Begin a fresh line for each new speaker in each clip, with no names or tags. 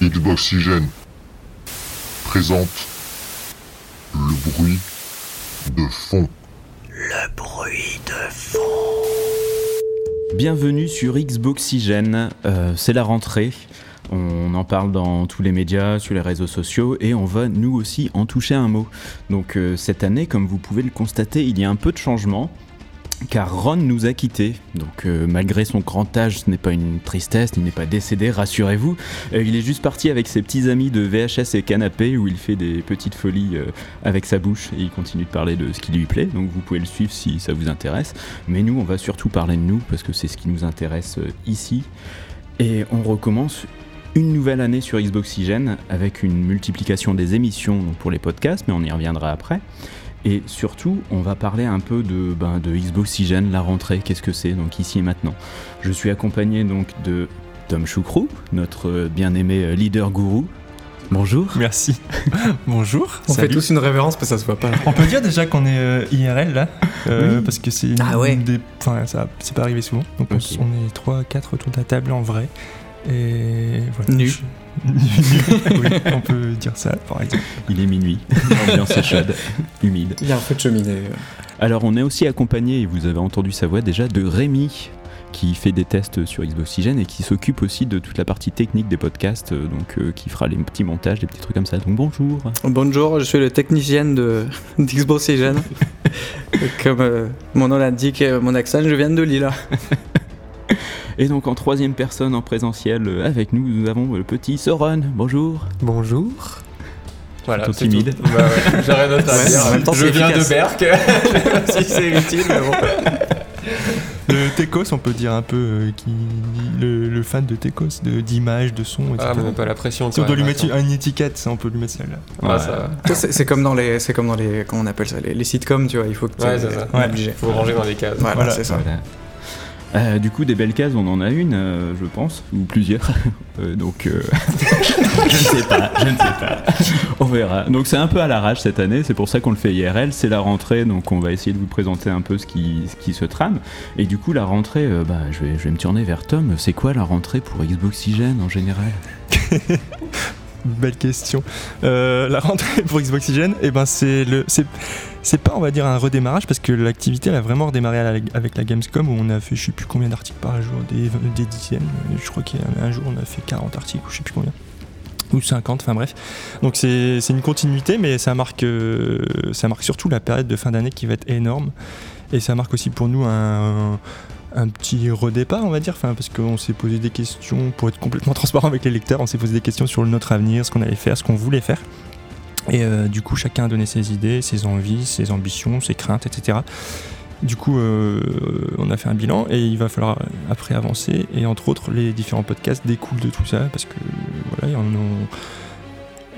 Hydroxygène présente le bruit de fond.
Le bruit de fond.
Bienvenue sur Xboxygène, euh, c'est la rentrée. On en parle dans tous les médias, sur les réseaux sociaux et on va nous aussi en toucher un mot. Donc euh, cette année, comme vous pouvez le constater, il y a un peu de changement car Ron nous a quittés. Donc euh, malgré son grand âge, ce n'est pas une tristesse, il n'est pas décédé, rassurez-vous. Euh, il est juste parti avec ses petits amis de VHS et Canapé où il fait des petites folies euh, avec sa bouche et il continue de parler de ce qui lui plaît. Donc vous pouvez le suivre si ça vous intéresse. Mais nous, on va surtout parler de nous parce que c'est ce qui nous intéresse euh, ici. Et on recommence une nouvelle année sur Xboxygène avec une multiplication des émissions donc pour les podcasts, mais on y reviendra après. Et surtout, on va parler un peu de, ben, de Xboxygène, la rentrée, qu'est-ce que c'est, donc ici et maintenant. Je suis accompagné donc de Tom Choucrou, notre euh, bien-aimé leader gourou. Bonjour.
Merci. Bonjour.
On Salut. fait tous une révérence parce que ça se voit pas. Là.
On peut dire déjà qu'on est euh, IRL là, euh, oui. parce que c'est
ah ouais.
des... enfin, ça c'est pas arrivé souvent. Donc okay. on, on, est 3 4 autour de la table en vrai. Et voilà.
Nu.
Je... oui, on peut dire ça, par exemple.
Il est minuit, l'ambiance est chaude, humide.
Il y a un feu de cheminée.
Alors, on est aussi accompagné, et vous avez entendu sa voix déjà, de Rémi, qui fait des tests sur Xboxygène et qui s'occupe aussi de toute la partie technique des podcasts, donc euh, qui fera les petits montages, les petits trucs comme ça. Donc bonjour.
Bonjour, je suis le technicien de d'Xboxygène. comme euh, mon nom l'indique, euh, mon accent, je viens de Lille.
Et donc en troisième personne en présentiel euh, avec nous, nous avons le petit Soren. Bonjour.
Bonjour.
Voilà, tout timide.
Tout. Bah ouais, J'ai rien d'autre à dire. En même temps, je viens efficace. de Berck.
si c'est utile, mais bon.
Le Tecos, on peut dire un peu euh, qui, le, le, fan de Tecos, d'image, de, de, son, etc.
Ah, mais on pas la pression.
Si on doit lui mettre une étiquette, ça, on peut lui mettre celle-là.
Ouais, ouais.
C'est comme dans les, c'est comme dans les, comment on appelle ça, les, les sitcoms, tu vois. Il faut que tu
ouais, obligé. Faut ranger dans les cases.
Voilà, voilà. c'est ça. Voilà.
Euh, du coup, des belles cases, on en a une, euh, je pense, ou plusieurs. Euh, donc, je ne sais pas, je ne sais pas. On verra. Donc, c'est un peu à l'arrache cette année, c'est pour ça qu'on le fait IRL. C'est la rentrée, donc on va essayer de vous présenter un peu ce qui, ce qui se trame. Et du coup, la rentrée, bah, je, vais, je vais me tourner vers Tom. C'est quoi la rentrée pour Xboxygène en général
Belle question. Euh, la rentrée pour Xboxygène, et eh ben c'est le c'est pas on va dire un redémarrage parce que l'activité elle a vraiment redémarré la, avec la Gamescom où on a fait je sais plus combien d'articles par jour, des, des dizaines. Je crois qu'un jour on a fait 40 articles ou je sais plus combien ou 50, enfin bref. Donc c'est une continuité, mais ça marque, euh, ça marque surtout la période de fin d'année qui va être énorme. Et ça marque aussi pour nous un, un un petit redépart, on va dire, enfin, parce qu'on s'est posé des questions, pour être complètement transparent avec les lecteurs, on s'est posé des questions sur notre avenir, ce qu'on allait faire, ce qu'on voulait faire. Et euh, du coup, chacun a donné ses idées, ses envies, ses ambitions, ses craintes, etc. Du coup, euh, on a fait un bilan et il va falloir euh, après avancer. Et entre autres, les différents podcasts découlent de tout ça, parce que voilà, on, on,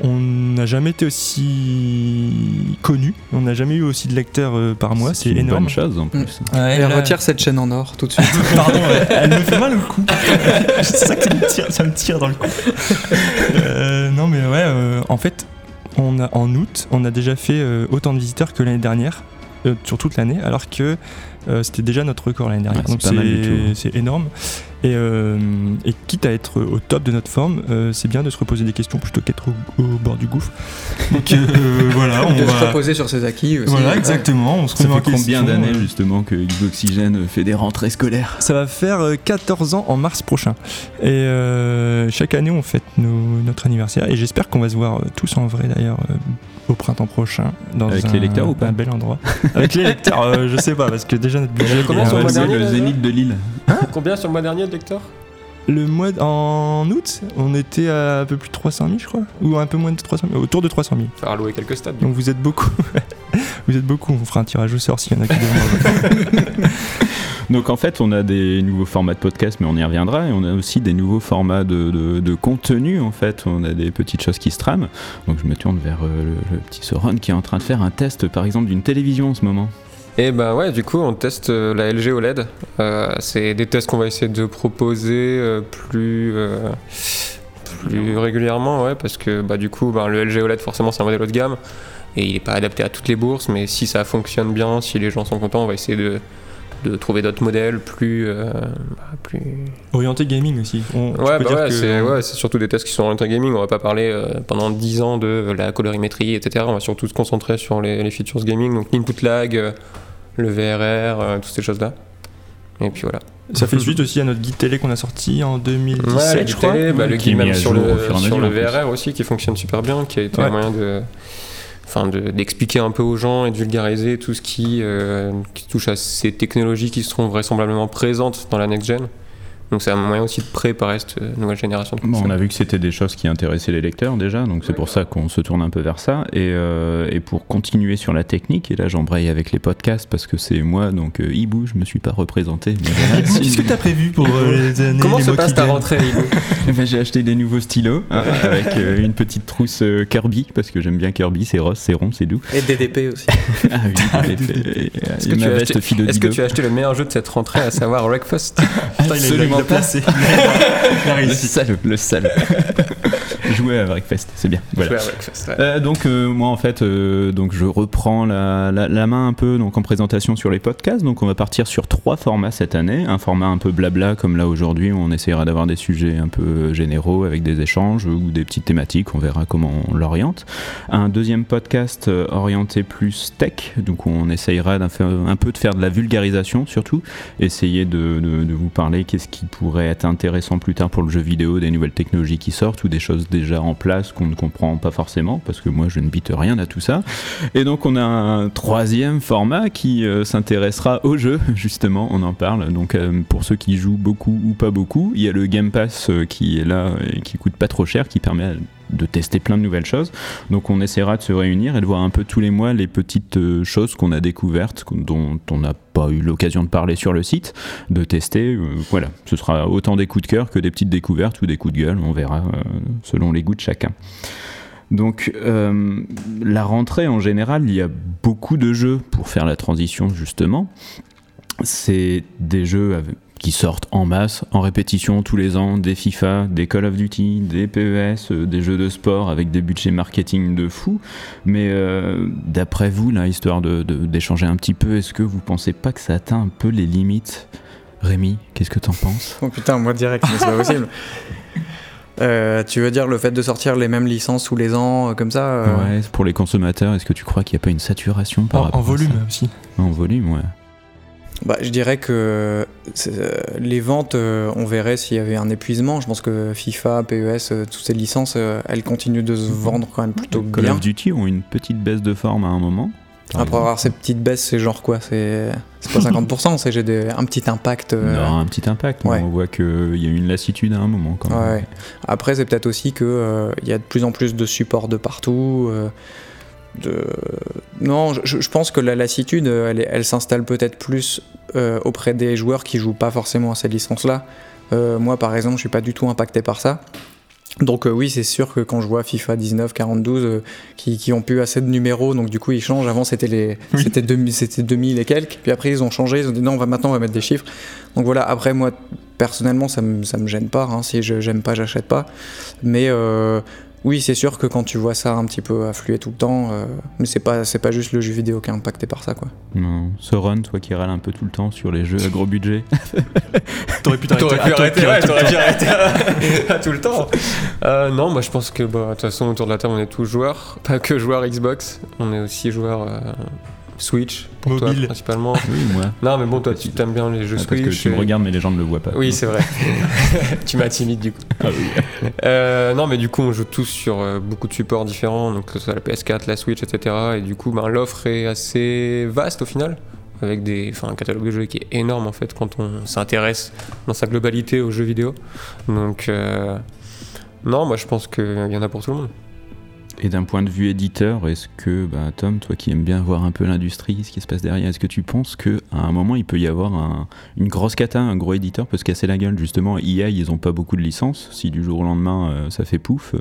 on n'a jamais été aussi connu, on n'a jamais eu aussi de lecteurs euh, par mois, c'est énorme.
Bonne chose en plus.
Mmh. Ouais, elle là... retire cette chaîne en or tout de suite.
Pardon, elle me fait mal le coup. c'est ça que ça me, tire, ça me tire, dans le coup. Euh, non mais ouais, euh, en fait, on a en août, on a déjà fait euh, autant de visiteurs que l'année dernière, euh, sur toute l'année, alors que euh, c'était déjà notre record l'année dernière. Ouais, Donc c'est énorme. Et, euh, et, quitte à être au top de notre forme, euh, c'est bien de se reposer des questions plutôt qu'être au, au, bord du gouffre. Donc euh, voilà,
on
de
va... se reposer sur ses acquis. Aussi.
Voilà, exactement. On se
ça fait en combien
euh,
d'années justement que Xboxygène fait des rentrées scolaires
Ça va faire 14 ans en mars prochain. Et euh, chaque année, on fête nos, notre anniversaire. Et j'espère qu'on va se voir euh, tous en vrai d'ailleurs euh, au printemps prochain. Dans
Avec
un,
les lecteurs ou pas
Un bel endroit. Avec les lecteurs, euh, je sais pas, parce que déjà notre budget.
Combien sur le mois dernier
Le zénith de Lille.
Hein combien sur le mois dernier lecteur
le mois en août, on était à un peu plus de 300 000, je crois, ou un peu moins de 300 000, autour de 300 000.
Faire louer quelques stades.
Donc vous êtes beaucoup, vous êtes beaucoup. On fera un tirage au sort s'il y en a qui demandent.
Donc en fait, on a des nouveaux formats de podcast, mais on y reviendra. Et on a aussi des nouveaux formats de, de, de contenu, en fait. On a des petites choses qui se trament. Donc je me tourne vers euh, le, le petit Soron qui est en train de faire un test, par exemple, d'une télévision en ce moment.
Et ben bah ouais, du coup, on teste euh, la LG OLED. Euh, c'est des tests qu'on va essayer de proposer euh, plus, plus régulièrement, ouais, parce que bah, du coup, bah, le LG OLED, forcément, c'est un modèle haut de gamme et il n'est pas adapté à toutes les bourses, mais si ça fonctionne bien, si les gens sont contents, on va essayer de, de trouver d'autres modèles plus, euh, bah, plus,
Orienté gaming aussi. On- tu
Ouais,
peux
bah
dire
ouais,
que-
c'est ouais, c'est surtout des tests qui sont orientés gaming. On va pas parler euh, pendant 10 ans de euh, la colorimétrie, etc. On va surtout se concentrer sur les, les features gaming, donc l'input lag, euh, le VRR, euh, toutes ces choses-là. Et puis voilà.
Ça fait suite aussi à notre guide télé qu'on a sorti en 2017,
Ouais, le
je
guide
crois.
télé, bah, le
qui est
guide
mis
même
à
sur
jour
le,
au fur et à
sur
mesure,
le
en plus.
VRR aussi, qui fonctionne super bien, qui a été
Ouais.
un moyen de. Enfin, de- d'expliquer un peu aux gens et de vulgariser tout ce qui, euh, qui touche à ces technologies qui seront vraisemblablement présentes dans la next-gen. Donc, c'est un moyen aussi de préparer cette euh, nouvelle génération de
Bon,
concepts.
on a vu que c'était des choses qui intéressaient les lecteurs déjà, donc c'est pour ça qu'on se tourne un peu vers ça. Et, euh, et pour continuer sur la technique, et là j'embraye avec les podcasts parce que c'est moi, donc euh, Hibou, je me suis pas représenté. mais voilà, si-
Qu'est-ce que t'as prévu pour euh, les années
Comment
les
se
mois
passe
qui
ta
viennent
rentrée, Hugo
Ben, j'ai acheté des nouveaux stylos hein, avec euh, une petite trousse euh, Kirby parce que j'aime bien Kirby, c'est rose, c'est rond, c'est doux.
Et DDP aussi.
Ah oui,
Est-ce
est-ce
que, tu as
ma
acheté-
veste fille de
est-ce que
Dido.
tu as acheté le meilleur jeu de cette rentrée, à savoir Wreckfest
Putain, il a- il a-
Absolument
il a
pas.
placé. Il a
Le
réussi.
sale, le sale. Jouer à Breakfast, c'est bien. Voilà.
Jouer à Wreckfest, ouais.
Euh, donc euh, moi en fait euh, donc je reprends la, la- la main un peu donc en présentation sur les podcasts donc on va partir sur trois formats cette année un format un peu blabla comme là aujourd'hui on essaiera d'avoir des sujets un peu euh, généraux avec des échanges ou des petites thématiques on verra comment on l'oriente un deuxième podcast euh, orienté plus tech donc on essayera d'un faire- un peu de faire de la vulgarisation surtout essayer de, de- de vous parler qu'est-ce qui pourrait être intéressant plus tard pour le jeu vidéo, des nouvelles technologies qui sortent ou des choses déjà en place qu'on ne comprend pas forcément, parce que moi je ne bite rien à tout ça. Et donc on a un troisième format qui euh, s'intéressera au jeu, justement, on en parle. Donc euh, pour ceux qui jouent beaucoup ou pas beaucoup, il y a le Game Pass euh, qui est là et qui coûte pas trop cher, qui permet de tester plein de nouvelles choses. Donc on essaiera de se réunir et de voir un peu tous les mois les petites euh, choses qu'on a découvertes, qu'on- dont on n'a pas eu l'occasion de parler sur le site, de tester. euh, voilà, ce sera autant des coups de cœur que des petites découvertes ou des coups de gueule, on verra euh, selon les goûts de chacun. Donc euh, la rentrée en général, il y a beaucoup de jeux pour faire la transition justement. C'est des jeux avec- qui sortent en masse, en répétition tous les ans, des FIFA, des Call of Duty, des PES, euh, des jeux de sport avec des budgets marketing de fou. Mais euh, d'après vous, là, histoire de- de- d'échanger un petit peu, est-ce que vous pensez pas que ça atteint un peu les limites Rémi, qu'est-ce que t'en penses
Oh putain, moi direct, mais c'est pas possible. Euh, tu veux dire le fait de sortir les mêmes licences tous les ans, euh, comme ça euh,
Ouais, pour les consommateurs, est-ce que tu crois qu'il n'y a pas une saturation par
En,
rapport
en
à
volume aussi.
ça En volume, ouais.
Bah, je dirais que c'est, euh, les ventes, euh, on verrait s'il y avait un épuisement. Je pense que FIFA, PES, euh, toutes ces licences, euh, elles continuent de se vendre quand même plutôt
Call
bien.
of Duty ont une petite baisse de forme à un moment. par
Après
exemple.
avoir ces petites baisses, c'est genre quoi C'est c'est pas 50%, c'est j'ai des- un petit impact. euh,
Non, un petit impact. mais
ouais.
On voit qu'il y a eu une lassitude à un moment quand même.
Ouais, ouais. Après, c'est peut-être aussi que euh, il y a de plus en plus de supports de partout. euh, de... Non, je- je, je pense que la lassitude, euh, elle, est- elle s'installe peut-être plus euh, auprès des joueurs qui jouent pas forcément à cette licence-là. Euh, moi, par exemple, je suis pas du tout impacté par ça. Donc euh, oui, c'est sûr que quand je vois FIFA 19, 42, euh, qui, qui ont plus assez de numéros, donc du coup ils changent. Avant c'était les,
Oui.
c'était 2000, c'était 2000 et quelques. Puis après ils ont changé, ils ont dit non, on va maintenant on va mettre des chiffres. Donc voilà. Après moi personnellement ça me ça me gêne pas. hein. Si je j'aime pas, j'achète pas. Mais euh, oui, c'est sûr que quand tu vois ça un petit peu affluer tout le temps, euh, mais c'est pas c'est pas juste le jeu vidéo qui est impacté par ça quoi.
Non. Soren, toi qui râles un peu tout le temps sur les jeux à gros budget.
T'aurais pu
T'aurais
t'arrêter.
pu
à toi,
arrêter,
Pierre,
ouais,
tout le temps.
t'aurais pu arrêter à, à tout le temps. Euh, non, moi je pense que bah, de toute façon, autour de la table, on est tous joueurs. Pas que joueurs Xbox, on est aussi joueurs euh, Switch, pour toi,
Mobile.
principalement.
oui, moi. Ah,
Non, mais bon, toi, tu t'aimes bien les jeux
parce
Switch.
que tu me
et-
regardes, mais les gens ne le voient pas.
Oui, c'est vrai. tu m'intimides du coup. Euh, non, mais du coup, on joue tous sur euh, beaucoup de supports différents, donc que ce soit la PS4, la Switch, etc. Et du coup, ben, l'offre est assez vaste au final, avec des, enfin, un catalogue de jeux qui est énorme en fait quand on s'intéresse dans sa globalité aux jeux vidéo. Donc, euh, non, moi je pense qu'il y en a pour tout le monde.
Et d'un point de vue éditeur, est-ce que, bah, Tom, toi qui aimes bien voir un peu l'industrie, ce qui se passe derrière, est-ce que tu penses qu'à un moment il peut y avoir un- une grosse cata, un gros éditeur peut se casser la gueule Justement, EA, ils ont pas beaucoup de licences. Si du jour au lendemain euh, ça fait pouf, euh,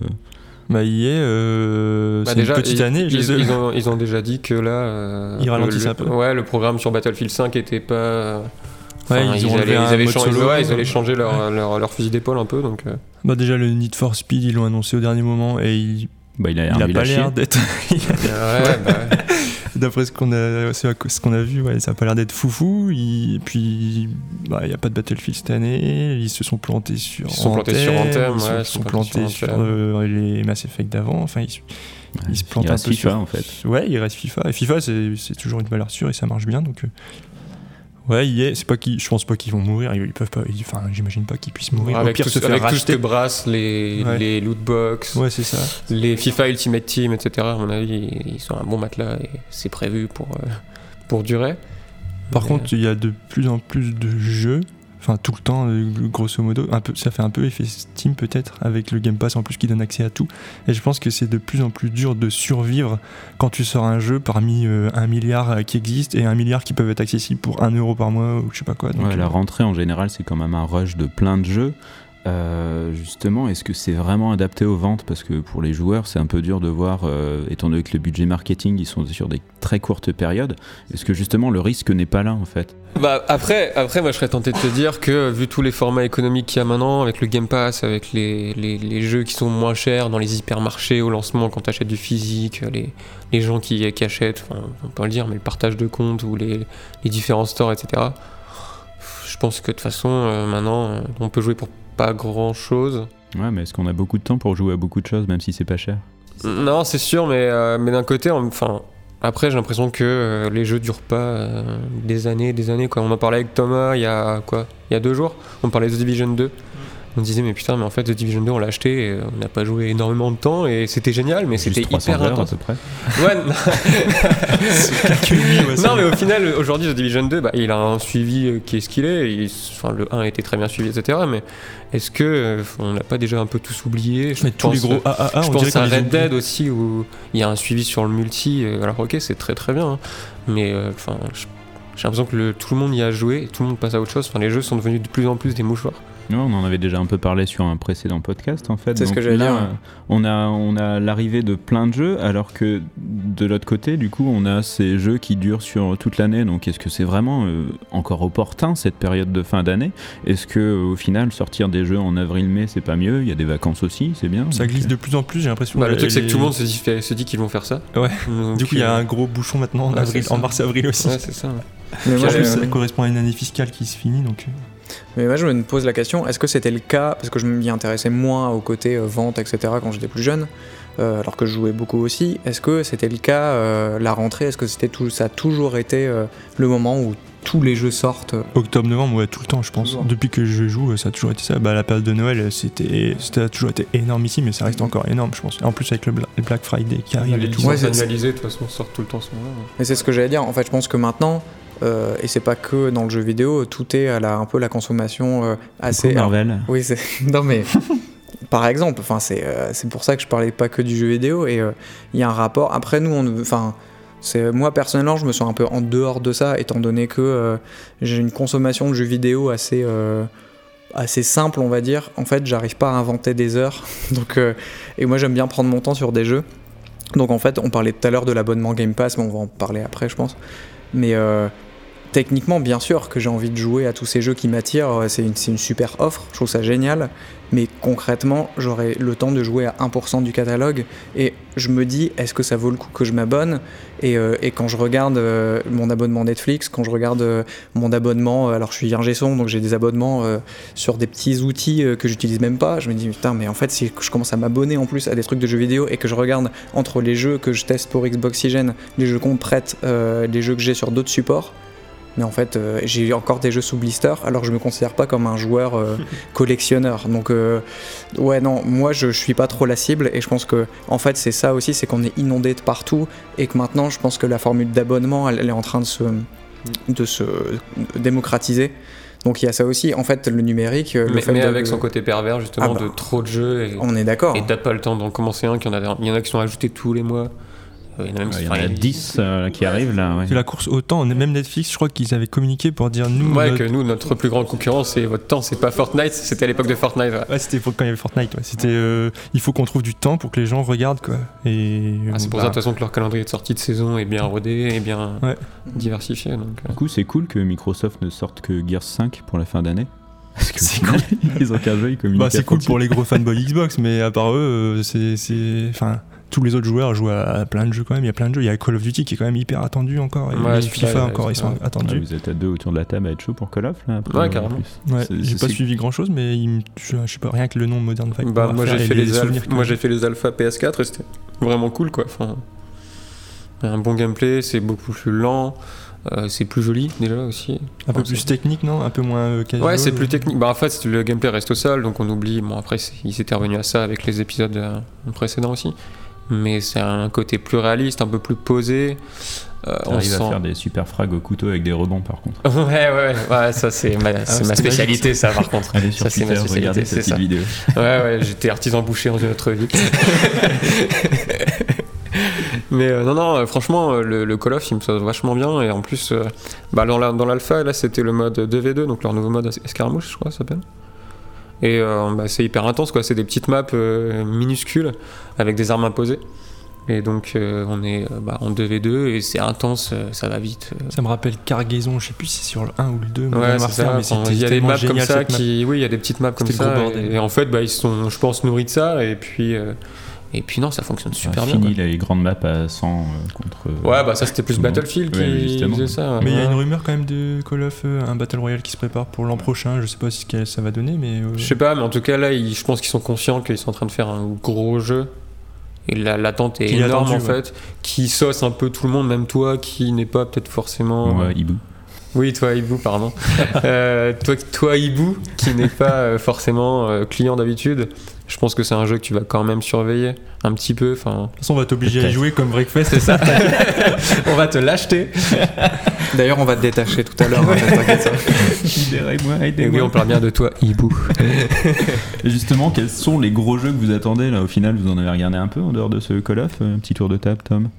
Bah, il est. euh,
Bah,
c'est une petite
ils,
année.
ils,
je sais.
ils ont, ils ont déjà dit que là. euh,
Ils
le-
ralentissent
le-
un peu.
Ouais, le programme sur Battlefield 5 était pas. euh,
Ouais,
enfin,
ils ont enlevé
allaient,
un
avaient
mode
changé,
solo. euh,
ouais, ils allaient changer leur, leur, leur fusil d'épaule un peu, donc. euh,
Bah, déjà, le Need for Speed, ils l'ont annoncé au dernier moment et il,
bah, il a
il
l'air
a
nul à
pas
chier.
l'air d'être.
Ouais, bah,
D'après ce qu'on a, ce à- ce qu'on a vu, ouais, ça a pas l'air d'être foufou. Il- Et puis, bah, il n'y a pas de Battlefield cette année. Ils se sont plantés sur
Ils se sont plantés sur Anthem,
Ils se
ouais,
sont, plantés sur,
Anthem.
euh, les Mass Effect d'avant. Enfin, ils, ils se plantent
il
un
reste
peu
FIFA,
sur-
en fait.
Ouais, il reste FIFA. Et FIFA, c'est c'est toujours une valeur sûre et ça marche bien. Donc, euh, ouais, EA, c'est pas qu'ils- je pense pas qu'ils vont mourir. Ils, ils peuvent pas. ils- Enfin, j'imagine pas qu'ils puissent mourir. Au
avec
pire,
tout,
se faire
avec tout ce que
racheter.
brassent les,
Ouais.
les loot box,
Ouais, c'est ça.
les FIFA Ultimate Team, etc. À mon avis, ils sont un bon matelas et c'est prévu pour, euh, pour durer.
Par
Mais,
contre, il y a de plus en plus de jeux, enfin tout le temps, euh, grosso modo, un peu, ça fait un peu effet Steam peut-être, avec le Game Pass en plus qui donne accès à tout. Et je pense que c'est de plus en plus dur de survivre quand tu sors un jeu parmi euh, un milliard euh, qui existe et un milliard qui peuvent être accessibles pour un euro par mois ou je sais pas quoi. Donc,
Ouais, la
euh,
rentrée en général, c'est quand même un rush de plein de jeux. Euh, justement, est-ce que c'est vraiment adapté aux ventes Parce que pour les joueurs, c'est un peu dur de voir, euh, étant donné que le budget marketing, ils sont sur des très courtes périodes. Est-ce que justement le risque n'est pas là en fait
Bah après, après moi je serais tenté de te dire que vu tous les formats économiques qu'il y a maintenant, avec le Game Pass, avec les, les- les jeux qui sont moins chers dans les hypermarchés au lancement quand t'achètes du physique, les, les gens qui, qui achètent, enfin, on peut le dire, mais le partage de comptes ou les, les différents stores, etc. Je pense que de toute façon euh, maintenant euh, on peut jouer pour pas grand chose.
Ouais, mais est-ce qu'on a beaucoup de temps pour jouer à beaucoup de choses, même si c'est pas cher
Non, c'est sûr, mais, euh, mais d'un côté, on- enfin, après, j'ai l'impression que euh, les jeux durent pas euh, des années, des années. Quoi. On en parlait avec Thomas il y a quoi Il y a deux jours. On parlait de The Division 2. On disait mais putain, mais en fait, The Division 2, on l'a acheté, et on n'a pas joué énormément de temps et c'était génial, mais
Juste
c'était
300
hyper
heures,
intense.
à peu près.
Ouais, non,
oui, ouais, ça-
non, mais au final, aujourd'hui, The Division 2, bah, il a un suivi euh, qui est ce qu'il est. Il- Enfin, le 1 était très bien suivi, etc. Mais est-ce que euh, on n'a pas déjà un peu tous oublié Je
mais tous
pense, euh,
les gros AAA,
je
Ah, on dirait
pense
qu'on
à
les
Red
oublie.
Dead aussi où il y a un suivi sur le multi. euh, Alors ok, c'est très très bien, hein, mais euh, enfin, je- j'ai l'impression que le- tout le monde y a joué, et tout le monde passe à autre chose. Enfin, les jeux sont devenus de plus en plus des mouchoirs.
Ouais, on en avait déjà un peu parlé sur un précédent podcast en fait.
C'est ce
Donc
que j'allais
là,
dire, ouais.
euh, On a, on a l'arrivée de plein de jeux, alors que de l'autre côté, du coup, on a ces jeux qui durent sur toute l'année. Donc est-ce que c'est vraiment euh, encore opportun cette période de fin d'année Est-ce que euh, au final, sortir des jeux en avril-mai, c'est pas mieux Il y a des vacances aussi, c'est bien.
Ça
Donc,
glisse
euh,
de plus en plus, j'ai l'impression.
Bah, le truc c'est que
les-
tout le monde se dit, fait- se dit qu'ils vont faire ça.
Ouais.
Donc,
Du coup, il y a
euh,
un gros bouchon maintenant en,
ouais,
avril,
c'est ça.
en mars avril aussi.
Ouais, c'est ça.
Mais
Je
moi,
pense
Ouais,
que
je-
ça correspond à une année fiscale qui se finit, donc euh,
Mais moi, je me pose la question, est-ce que c'était le cas, parce que je m'y intéressais moins au côté euh, vente, etc., quand j'étais plus jeune, euh, alors que je jouais beaucoup aussi, est-ce que c'était le cas, euh, la rentrée, est-ce que c'était tout, ça a toujours été euh, le moment où tous les jeux sortent euh,
Octobre, novembre, ouais, tout le temps, je pense.
Toujours.
Depuis que je joue, euh, ça a toujours été ça. Bah, la période de Noël, euh, c'était, ça a toujours été énorme ici, mais ça reste encore énorme, je pense. En plus, avec le Bla- le Black Friday qui arrive
les
et tout.
Ouais,
licences
c'est-
annualisées de toute façon sortent tout le temps ce moment.
Mais c'est ce que j'allais dire. En fait, je pense que maintenant, euh, et c'est pas que dans le jeu vidéo, tout est à la, un peu la consommation euh,
coucou,
assez. alors,
Marvel.
oui, c'est. Non, mais. Par exemple, enfin, c'est euh, c'est pour ça que je parlais pas que du jeu vidéo et euh, il y a un rapport. Après, nous, on. ne- Enfin. c'est- Moi personnellement, je me sens un peu en dehors de ça, étant donné que euh, j'ai une consommation de jeux vidéo assez, euh, assez simple, on va dire. En fait, j'arrive pas à inventer des heures. Donc, euh, et moi, j'aime bien prendre mon temps sur des jeux. Donc, en fait, on parlait tout à l'heure de l'abonnement Game Pass, mais on va en parler après, je pense. Mais euh, techniquement, bien sûr que j'ai envie de jouer à tous ces jeux qui m'attirent. euh, C'est une, c'est une super offre, je trouve ça génial. Mais concrètement, j'aurai le temps de jouer à 1% du catalogue. Et je me dis, est-ce que ça vaut le coup que je m'abonne et, euh, et quand je regarde euh, mon abonnement Netflix, quand je regarde euh, mon abonnement, euh, alors je suis ingé son, donc j'ai des abonnements euh, sur des petits outils euh, que j'utilise même pas. Je me dis putain, mais en fait, si je commence à m'abonner en plus à des trucs de jeux vidéo et que je regarde entre les jeux que je teste pour Xboxygen, les jeux qu'on me prête, euh, les jeux que j'ai sur d'autres supports. Mais en fait, euh, j'ai encore des jeux sous blister, alors je me considère pas comme un joueur euh, collectionneur. Donc, euh, ouais, non, moi je, je suis pas trop la cible, et je pense que, en fait, c'est ça aussi, c'est qu'on est inondé de partout, et que maintenant, je pense que la formule d'abonnement, elle, elle est en train de se, de se démocratiser. Donc il y a ça aussi. En fait, le numérique, euh, le
Mais,
fait
mais
de-
avec son côté pervers justement
Ah bah.
de trop de jeux et
on est d'accord.
et t'as pas le temps d'en commencer un. qu'il y en a- Il y en a qui sont ajoutés tous les mois. Euh, Il y en a même
Ouais,
qui-
Il y en a
enfin,
10 euh, qui arrivent là. ouais.
C'est la course au temps. Même Netflix, je crois qu'ils avaient communiqué pour dire nous.
Ouais,
notre-
que nous, notre plus grande concurrence, c'est votre temps, c'est pas Fortnite, c'était à l'époque de Fortnite. ouais.
Ouais, c'était pour- quand il y avait Fortnite. ouais. C'était, euh, il faut qu'on trouve du temps pour que les gens regardent, quoi. Et bah,
Ah, c'est pour ça, de toute façon, que leur calendrier de sortie de saison est bien rodé, est bien
Ouais.
diversifié. Donc, euh.
Du coup, c'est cool que Microsoft ne sorte que Gears 5 pour la fin d'année. Parce que c'est cool. Ils ont qu'un jeu, ils communiquent.
Bah, c'est cool pour les gros fanboys Xbox, mais à part eux, euh, c'est, c'est, enfin, tous les autres joueurs jouent à, à plein de jeux quand même. Il y a plein de jeux. Il y a Call of Duty qui est quand même hyper attendu encore. Et
Ouais,
les
c'est
FIFA
vrai,
encore,
ouais,
ils
c'est
sont
vrai. Ah
attendus.
vous êtes à deux autour de la table à être chaud pour Call of là après,
Ouais,
en
carrément.
plus.
Ouais,
C'est-
j'ai
c'est-
pas suivi grand chose, mais il me- je, je sais pas rien que le nom Modern Fight.
Bah,
va
moi
faire
j'ai
et
fait les, alph-
souvenirs que-
moi j'ai fait les alpha PS4 et c'était vraiment cool quoi. Enfin, un bon gameplay, c'est beaucoup plus lent, euh, c'est plus joli déjà aussi.
un peu plus technique, non Un peu moins euh, casual.
Ouais, c'est plus technique. Bah en fait, le gameplay reste au sol, donc on oublie. Bon après, c'est- il s'était revenu à ça avec les épisodes euh, précédents aussi. Mais c'est un côté plus réaliste, un peu plus posé. Euh, on
T'arrives
sent.
à faire des super frags au couteau avec des rebonds par contre.
Ouais, ouais, ouais, ça c'est
Ah,
ma, c'est ma
c'était
spécialité, ça par contre.
Allez sur
Ça, c'est ma
Twitter,
spécialité,
regardez
c'est
cette petite
ça.
vidéo.
Ouais, ouais, j'étais artisan boucher dans une autre vie. Mais euh, non, non, euh, franchement, euh, le, le Call of, il me sort vachement bien. Et en plus, euh, bah, dans la- dans l'alpha, là, c'était le mode 2v2, donc leur nouveau mode es- escarmouche, je crois, ça s'appelle. Et euh, bah, c'est hyper intense, quoi. C'est des petites maps euh, minuscules avec des armes imposées. Et donc, euh, on est euh, bah, en 2v2 et c'est intense, euh, ça va vite. euh,
Ça me rappelle Cargaison, je sais plus si c'est sur le 1 ou le 2.
Ouais,
Modern
c'est
Warfare,
ça.
mais
Enfin,
c'était
il y a des
tellement
maps
génial,
comme ça
cette map.
qui, oui, il y a des petites maps comme
C'était le
ça.
gros
et,
bordel.
et en fait, bah, ils se sont, je pense, nourris de ça. Et puis, euh, et puis non, ça fonctionne super bien.
Fini les grandes maps à 100 euh, contre.
quoi. Ouais, bah ça c'était plus
Tout le monde.
Battlefield
Ouais, mais
qui
justement.
faisait ça.
Mais il y a
ouais.
une rumeur quand même de Call of, euh, un Battle Royale qui se prépare pour l'an prochain. Je sais pas si ce que ça va donner, mais. euh,
Je sais pas, mais en tout cas là, ils- je pense qu'ils sont conscients qu'ils sont en train de faire un gros jeu. Et la- l'attente est
Qui est
énorme en
attendu, ouais.
fait, qui sauce un peu tout le monde, même toi qui n'est pas peut-être forcément.
Moi, Hibou.
Oui, toi Hibou, pardon. Euh, toi, toi Hibou, qui n'est pas euh, forcément euh, client d'habitude, je pense que c'est un jeu que tu vas quand même surveiller un petit peu. Enfin,
De toute façon, on va t'obliger à y
Peut-être.
jouer comme Breakfast.
c'est ça. On va te l'acheter.
D'ailleurs, on va te détacher tout à l'heure. hein, t'inquiète pas.
Libérez-moi,
Et oui, on parle bien de toi Hibou.
Euh,
Et justement, quels sont les gros jeux que vous attendez là Au final, vous en avez regardé un peu en dehors de ce Call of euh, Un petit tour de table, Tom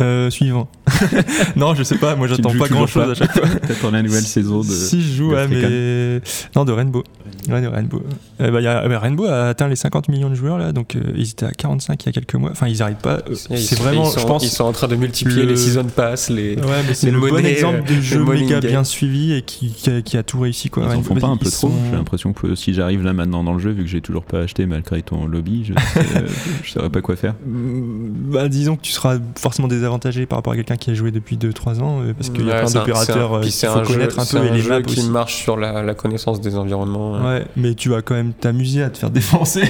Euh, suivant. non, je sais pas, moi
Tu ne
j'attends
joues
pas
toujours
grand chose
pas
à chaque fois.
Peut-être la nouvelle saison de.
Si je joue
de
à
African.
mes. Non, de Rainbow. Ouais, de Rainbow. Eh ben, y a- eh ben, Rainbow a atteint les 50 millions de joueurs là, donc euh, ils étaient à 45 il y a quelques mois. Enfin, ils n'arrivent pas. euh,
Ils
C'est
sont-
vraiment,
ils sont,
je pense.
ils sont en train de multiplier
le-
les season pass, les.
Ouais, mais c'est
les
le bon
monnaies,
exemple
euh,
de jeu
le money
méga
game.
bien suivi et qui, qui, a, qui a tout réussi quoi.
Ils en
Rainbow,
font pas un peu
ils
trop.
sont-
J'ai l'impression que si j'arrive là maintenant dans le jeu, vu que j'ai toujours pas acheté malgré ton lobby, je, sais, euh, je saurais pas quoi faire.
Bah, disons que tu seras forcément désavantagé par rapport à quelqu'un qui a joué depuis 2-3 ans euh, parce qu'il y
Ouais,
a plein
c'est un- c'est un-
d'opérateurs euh,
puis
qu'il
c'est
faut
jeu-
connaître un
c'est
peu et les
jeu
maps
qui
aussi.
marche sur la, la connaissance des environnements. hein.
Ouais, mais tu vas quand même t'amuser à te faire défoncer.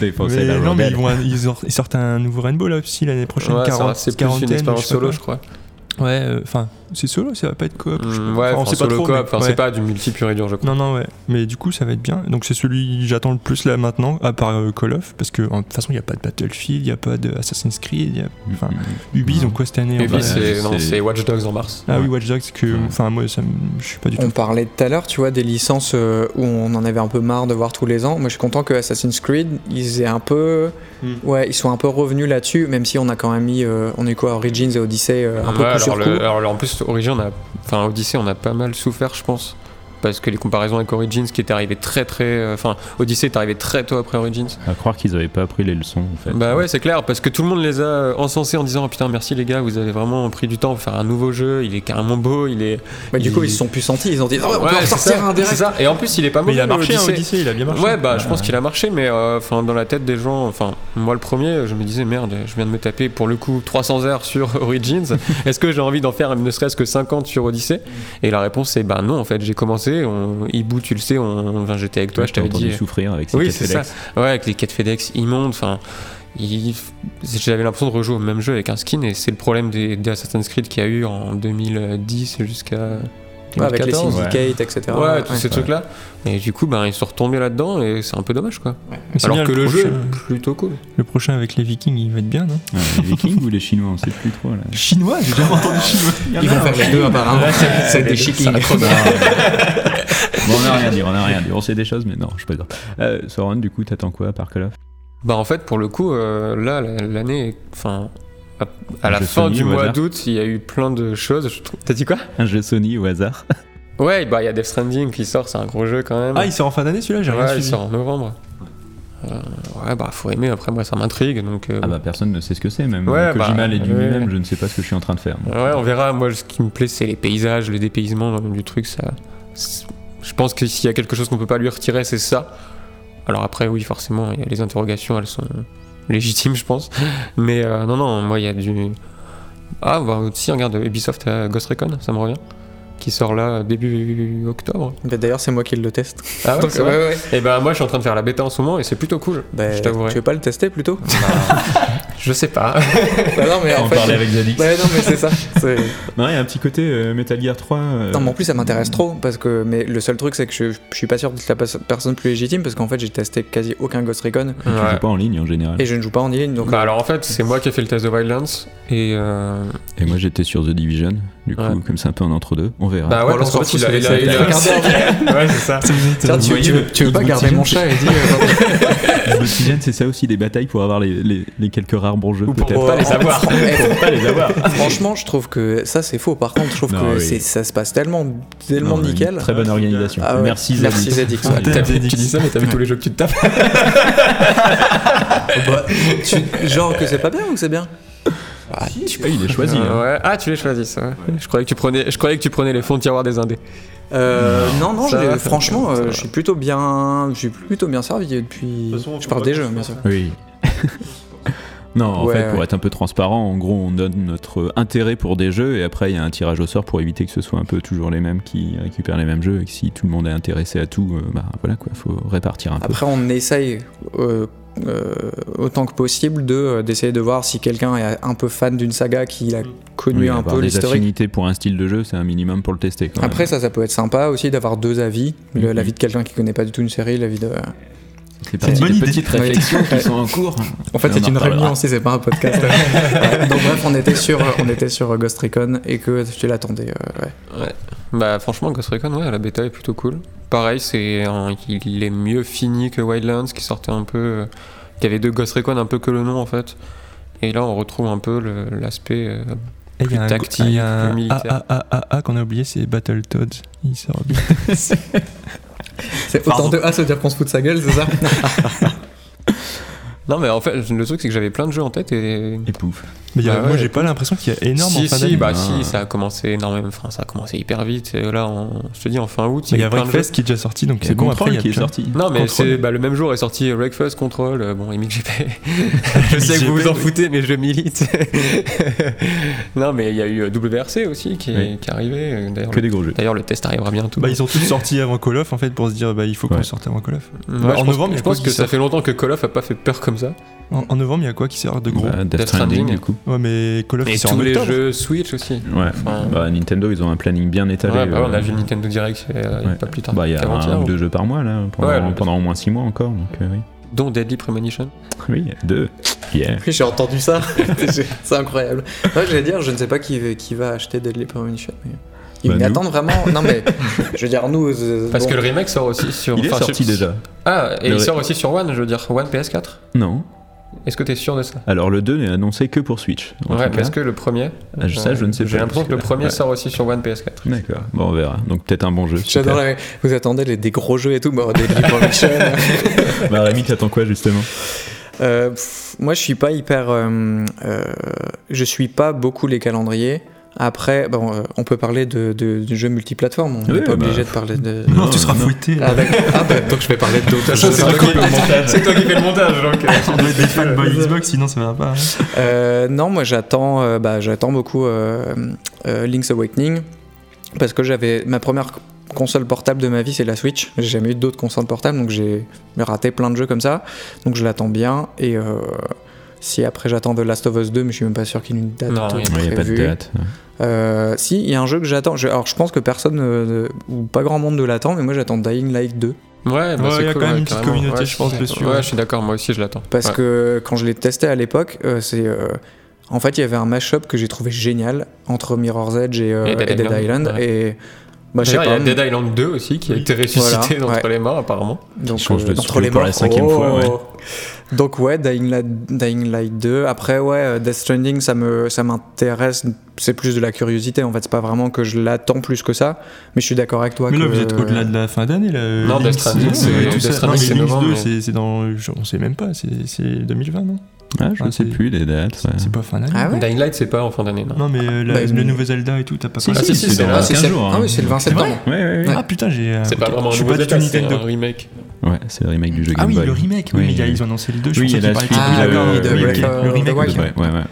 Dépenser
Mais
la
non, mais
rondelle.
ils, vont, ils or- ils sortent un nouveau Rainbow là aussi l'année prochaine.
Ouais, c'est
40,
un- c'est plus
quarantaine,
une expérience
je sais pas
solo,
quoi.
je crois.
Ouais, euh, enfin, c'est solo, ça va pas être coop. je sais pas.
Mm, ouais,
Enfin,
enfin, solo
trop,
coop,
mais-
enfin,
ouais.
c'est pas du multi pur et dur, je crois.
Non, non, ouais. Mais du coup, ça va être bien. Donc, c'est celui que j'attends le plus là maintenant, à part euh, Call of, parce que en- de toute façon, il n'y a pas de Battlefield, il n'y a pas de Assassin's Creed, il y a enfin, Ubi, donc quoi cette année
Et
on va-
puis c'est non,
c'est-
c'est Watch Dogs en mars.
Ah oui, Watch Dogs, que.
Ouais.
Enfin, moi, ça me- je suis pas du tout.
On parlait tout à l'heure, tu vois, des licences euh, où on en avait un peu marre de voir tous les ans. Moi, je suis content que Assassin's Creed, ils aient un peu,
Hmm.
Mm.
ouais, ils sont un peu revenus là-dessus, même si on a quand même mis, euh, on a eu quoi, Origins et Odyssey euh, un peu
Ouais,
coup sur
alors,
coup.
le- alors, en plus, Origin, on a, enfin Odyssey, on a pas mal souffert, je pense. Parce que les comparaisons avec Origins qui est arrivé très très. euh, Enfin, Odyssey est arrivé très tôt après Origins.
À croire qu'ils avaient pas appris les leçons en fait.
Bah ouais, c'est clair, parce que tout le monde les a euh, encensés en disant oh, putain, merci les gars, vous avez vraiment pris du temps pour faire un nouveau jeu, il est carrément beau, il est.
Bah, du coup,
il-
ils se sont plus sentis, ils ont dit, Ah ouais, on peut en
c'est
sortir
ça,
un
c'est
direct.
ça. Et en plus, il est pas
Mais
mauvais.
il a marché, hein,
Odyssey.
Odyssey, il a bien marché.
Ah Ouais, bah je pense qu'il a marché, mais euh, enfin dans la tête des gens, enfin moi le premier, je me disais merde, je viens de me taper pour le coup 300 heures sur Origins. Est-ce que j'ai envie d'en faire ne serait-ce que 50 sur Odyssey Et la réponse c'est bah non, en fait j'ai commencé. On, Hibou, tu le sais, on, enfin, j'étais avec toi, je
t'ai
t'avais
entendu
dit.
souffrir avec ces
Oui,
quatre
c'est ça.
Alex.
Ouais, avec les quêtes FedEx immondes, enfin. il- J'avais l'impression de rejouer au même jeu avec un skin et c'est le problème des, des Assassin's Creed qu'il y a eu en 2010 jusqu'à
Ouais, avec les
2014.
Syndicate, etc.
Ouais, tous
Ouais.
ces trucs-là. Et du coup, ben, ils sont retombés là-dedans et c'est un peu dommage, quoi.
Mais c'est
Alors
bien,
que le, jeu
prochain-
est plutôt cool.
Le prochain avec les Vikings, il va être bien, non
Ah, les Vikings ou les Chinois, on sait plus trop là.
Chinois, j'ai jamais entendu chinois.
Ils vont faire les deux apparemment. C'est des chickings.
Oh, bah.
Bon, on a rien dit, on a rien dit. On sait des choses, mais non, je peux pas dire. Euh, Sauron, du coup, t'attends quoi par Call of
Bah, en fait, pour le coup, euh, là, la- l'année, est- enfin, à, à la
Je
fin
finis
du
au
mois
hasard.
d'août, il y a eu plein de choses. je trouve. T'as dit quoi
Un jeu Sony au hasard.
Ouais, bah, il y a Death Stranding qui sort, c'est un gros jeu quand même.
Ah, il sort en fin d'année celui-là, j'ai
Ouais,
rien
il
suivi.
sort en novembre. Euh, ouais, bah, faut aimer. Après, moi, ça m'intrigue, donc. euh,
Ah bah personne ne sait ce que c'est, même
Ouais,
euh,
bah,
Kojima l'est du
ouais.
lui-même, je ne sais pas ce que je suis en train de faire.
Ouais, on verra. Moi, ce qui me plaît, c'est les paysages, le dépaysement euh, du truc. Ça, c'est- je pense que s'il y a quelque chose qu'on peut pas lui retirer, c'est ça. Alors après, oui, forcément, il y a les interrogations, elles sont légitimes, je pense. Mais euh, non, non, moi, il y a du. Ah, bah, si, regarde, Ubisoft à Ghost Recon, ça me revient. Qui sort là euh, début octobre.
Bah, D'ailleurs, c'est moi qui le teste.
Ah
Donc, ouais, ouais.
Et ben moi, je suis en train de faire la bêta en ce moment et c'est plutôt cool.
Bah,
je t'avouerai.
tu veux pas le tester plutôt
Je sais pas.
Bah Non, mais en
en
fait.
parler avec Zadix.
Ouais, non, mais c'est ça. c'est-
Non, il y a un petit côté euh, Metal Gear 3. euh,
Non, mais en plus, ça m'intéresse trop. Parce que... Mais le seul truc, c'est que je, je suis pas sûr d'être la pas- personne plus légitime. Parce qu'en fait, j'ai testé quasi aucun Ghost Recon.
que tu
Ouais.
joues pas en ligne en général.
Et je ne joue pas en ligne. Donc,
Bah alors en fait c'est moi qui ai fait le test de Wildlands et euh,
Et moi j'étais sur The Division, du coup,
Ouais.
comme c'est un peu en entre-deux, on verra.
bah ouais
on
parce
lance
qu'en
un
fait, il
pouce,
a- il a-
c'est-
il a-
c'est-
ouais c'est ça
hein. Tiens, tu, tu veux, tu veux pas garder mon chat et
Ah,
dire. euh,
L'oxygène, c'est ça aussi, des batailles pour avoir les, les- les quelques rares bons jeux,
Ou pour-
peut-être.
Pas les
en-
avoir.
Eh,
Pas les avoir.
Franchement, je trouve que ça, c'est faux. Par contre, je trouve
Non,
que
oui.
c'est- ça se passe tellement, tellement
Non, mais une
nickel.
Très bonne organisation.
Ah ouais.
Merci Ah, Zadix.
Merci Zadix. ouais.
euh,
T'as vu- tu dis ça mais t'as vu tous les jeux que tu te tapes
Bah, tu- genre que c'est pas bien ou que c'est bien
Ah, il est choisi. hein.
Euh, ouais. ah tu les choisis ça ouais. je croyais que tu prenais je croyais que tu prenais les fonds de tiroir des indés
Euh, non, non,
Ça
j'ai-
va, ça
franchement,
va, ça
euh,
va.
je suis plutôt bien, je suis plutôt bien servi
De
depuis.
toute façon,
je
faut
parle
pas
des
qu'on
jeux,
se
bien
fasse
sûr.
hein. Oui. non, en
Ouais,
fait, pour
ouais.
être un peu transparent, en gros, on donne notre intérêt pour des jeux et après, il y a un tirage au sort pour éviter que ce soit un peu toujours les mêmes qui récupèrent les mêmes jeux et que si tout le monde est intéressé à tout, euh, bah voilà quoi, faut répartir un peu.
Après, on essaye euh, euh, autant que possible de euh, d'essayer de voir si quelqu'un est un peu fan d'une saga qui a connu
Oui,
un
avoir
peu
des
l'historique.
affinités pour un style de jeu, c'est un minimum pour le tester. Quand même.
Après, ça, ça peut être sympa aussi d'avoir deux avis, le-
Mhm.
l'avis de quelqu'un qui connaît pas du tout une série, l'avis de.
c'est parti
bonne
des
idée.
petites
Oui.
réflexions qui sont en cours. oh
En fait,
Et on
c'est
en
une
reparlera.
réunion aussi, c'est pas un podcast. Ouais, Donc bref, on était sur, on était sur euh, Ghost Recon et que tu l'attendais. euh, ouais.
bah franchement Ghost Recon ouais la bêta est plutôt cool pareil c'est un- il est mieux fini que Wildlands qui sortait un peu euh, qui avait deux Ghost Recon un peu que le nom en fait et là on retrouve un peu le- l'aspect euh,
Et il y a un go-
tactique,
il y a un
plus militaire.
Ah, ah, ah, ah, ah, qu'on a oublié, c'est Battletoads. Il sort.
C'est autant de ah, se dire qu'on se fout de sa gueule, c'est ça
non mais en fait le truc c'est que j'avais plein de jeux en tête et
Et pouf.
Mais il y a-
Bah ouais,
moi, j'ai pas l'impression qu'il y a énormément
si,
en fin
si,
d'année.
bah
Ah.
si, ça a commencé énormément, enfin ça a commencé hyper vite. Et là, on- je te dis, en fin août,
Mais il y
eu
a
plein de
Breakfast qui est déjà sorti, donc
C'est
bon, après, il
Control
y a
qui est
plein-
sorti.
jeux. Non, mais
Control.
c'est bah, le même jour est sorti Breakfast Control. euh, Bon, et MixGP. je sais que
MixGP,
vous vous en
oui.
foutez, mais je milite. non, mais il y a eu euh, WRC aussi qui est,
Oui.
qui est arrivé. euh, D'ailleurs,
Que
le-
des gros jeux.
d'ailleurs, le test arrivera bientôt.
Bah, ils sont tous sortis avant Call of en fait pour se dire bah il faut qu'on
Ouais.
sorte avant Call of. bah,
Ouais,
en
je pense-
novembre, il y a
je
quoi
pense
qui
que ça
sort
fait longtemps que Call of a pas fait peur comme ça.
En, en novembre il y a quoi qui sort de gros
Bah, Death
Death
Stranding,
Stranding.
du coup.
Ouais mais Call of
Et
qui sort en
tous les
octobre.
jeux Switch aussi.
Ouais,
Enfin-
bah, Nintendo, ils ont un planning bien étalé.
Ouais, bah,
euh,
on a vu le Nintendo Direct euh, il y a
ouais.
pas plus tard.
Bah, il y a
qu'avant-hier,
un ou deux jeux par mois là, pendant,
Ouais, le-
pendant au moins 6 mois encore. Donc, euh, oui.
dont Deadly Premonition.
oui, deux. Yeah.
Oui, j'ai entendu ça. C'est- c'est incroyable. Moi, j'allais dire, je ne sais pas qui, qui va acheter Deadly Premonition. Mais... Ils
Bah, nous.
attendent vraiment. Non, mais je veux dire, nous. euh,
Parce
bon.
que le remake sort aussi sur.
Il est
enfin, sur-
sorti déjà.
Ah, et
Le
il
ré-
sort aussi sur One, je veux dire, One PS4
Non.
Est-ce que t'es sûr de ça
Alors le 2 n'est annoncé que pour Switch. en
Ouais,
tout cas.
parce que le premier. euh,
Ah, je- ça, je ne sais pas,
J'ai l'impression
parce
que le
que-
premier
ouais.
sort aussi sur One PS4.
D'accord. Bon, on verra. Donc peut-être un bon jeu.
J'adore la- Vous attendez les, des gros jeux et tout. Bon, Deadly Premonition.
super. Bah Rémi, t'attends quoi justement
Euh, pff, moi, je suis pas hyper. euh, euh, je suis pas beaucoup les calendriers. Après, bon, euh, on peut parler de, de- du jeu multiplateforme. On n'est
Oui,
pas
bah,
obligé de parler de.
Non, tu seras fouetté.
Ah, d'accord. Ah, bah, donc je vais parler d'autres
C'est
jeux.
toi, qui fais le montage. C'est toi qui fais le montage, donc. euh,
On doit être des fanboys Xbox sinon ça va pas. hein.
Euh, non, moi j'attends, euh, bah, j'attends beaucoup euh, euh, Link's Awakening parce que j'avais ma première console portable de ma vie, c'est la Switch. J'ai jamais eu d'autres consoles portables, donc j'ai raté plein de jeux comme ça. Donc je l'attends bien et euh, si après j'attends The Last of Us 2, mais je suis même pas sûr qu'il y ait une date
Non,
euh,
il y a
Il n'y a pas de
prévue.
date.
Euh, si, il y a un jeu que j'attends. Je- alors je pense que personne euh, ou pas grand monde ne l'attend, mais moi j'attends Dying Light 2.
Ouais, bah,
Ouais,
c'est
il y a
cool,
quand même
ouais,
une petite
carrément.
communauté,
Ouais,
je pense, dessus,
Ouais,
ouais.
je suis d'accord, moi aussi je l'attends.
Parce
Ouais.
que quand je l'ai testé à l'époque, euh, c'est. euh, en fait, il y avait un mashup que j'ai trouvé génial entre Mirror's Edge et, euh,
Et Dead
et Dead
Island,
Island.
ouais.
Et. Bah, je sais
D'ailleurs, il y
pas.
a Dead Island 2 aussi qui a été ressuscité
Voilà,
d'entre
ouais.
les morts, apparemment.
donc, euh,
Qui change de
entre
studio
les
pour
morts.
la cinquième fois, ouais.
euh, Donc, ouais, Dying Light, Dying Light 2. Après, ouais, euh, Death Stranding, ça me- ça m'intéresse c'est plus de la curiosité. En fait, c'est pas vraiment que je l'attends plus que ça. Mais je suis d'accord avec toi.
Mais
que,
là, vous êtes au-delà de la fin d'année. là, euh,
Non,
Lynx,
Death Stranding,
euh,
c'est-
tout
Death
ça. Non,
Stranding,
mais
c'est
Lynx
novembre,
2,
mais-
c'est- c'est dans. On sait même pas, c'est c'est 2020, non
Ah, je
Ah,
ne sais
c'est-
plus les dates. ouais.
C'est pas fin d'année
Ah ouais
Dying Light, c'est pas en fin d'année. non.
Non, mais euh, la-
Bah,
le
mais-
nouveau Zelda et tout, t'as pas
Si,
connu
si,
si, si,
c'est
c'est
dans
là.
Ah, c'est
15
sept-
jours,
ah
hein.
oui, c'est le 20
C'est vrai
septembre.
Ouais, ouais, ouais.
Ouais.
Ah putain, j'ai. euh,
C'est pas
ok,
vraiment un
Je suis
nouveau
pas du tout
Zelda, c'est
Nintendo.
un remake.
Ouais, c'est le remake du jeu
Ah
Game
oui,
Boy.
le remake, oui,
Oui,
mais il y a-
oui.
ils ont annoncé le 2, je
Oui,
pensais
la
qu'il parlait
suite
de-
Ah,
de-
d'accord, oui, de
oui,
Breath
oui.
of
Le remake
the Wild.
de-
Ouais, ouais, ouais.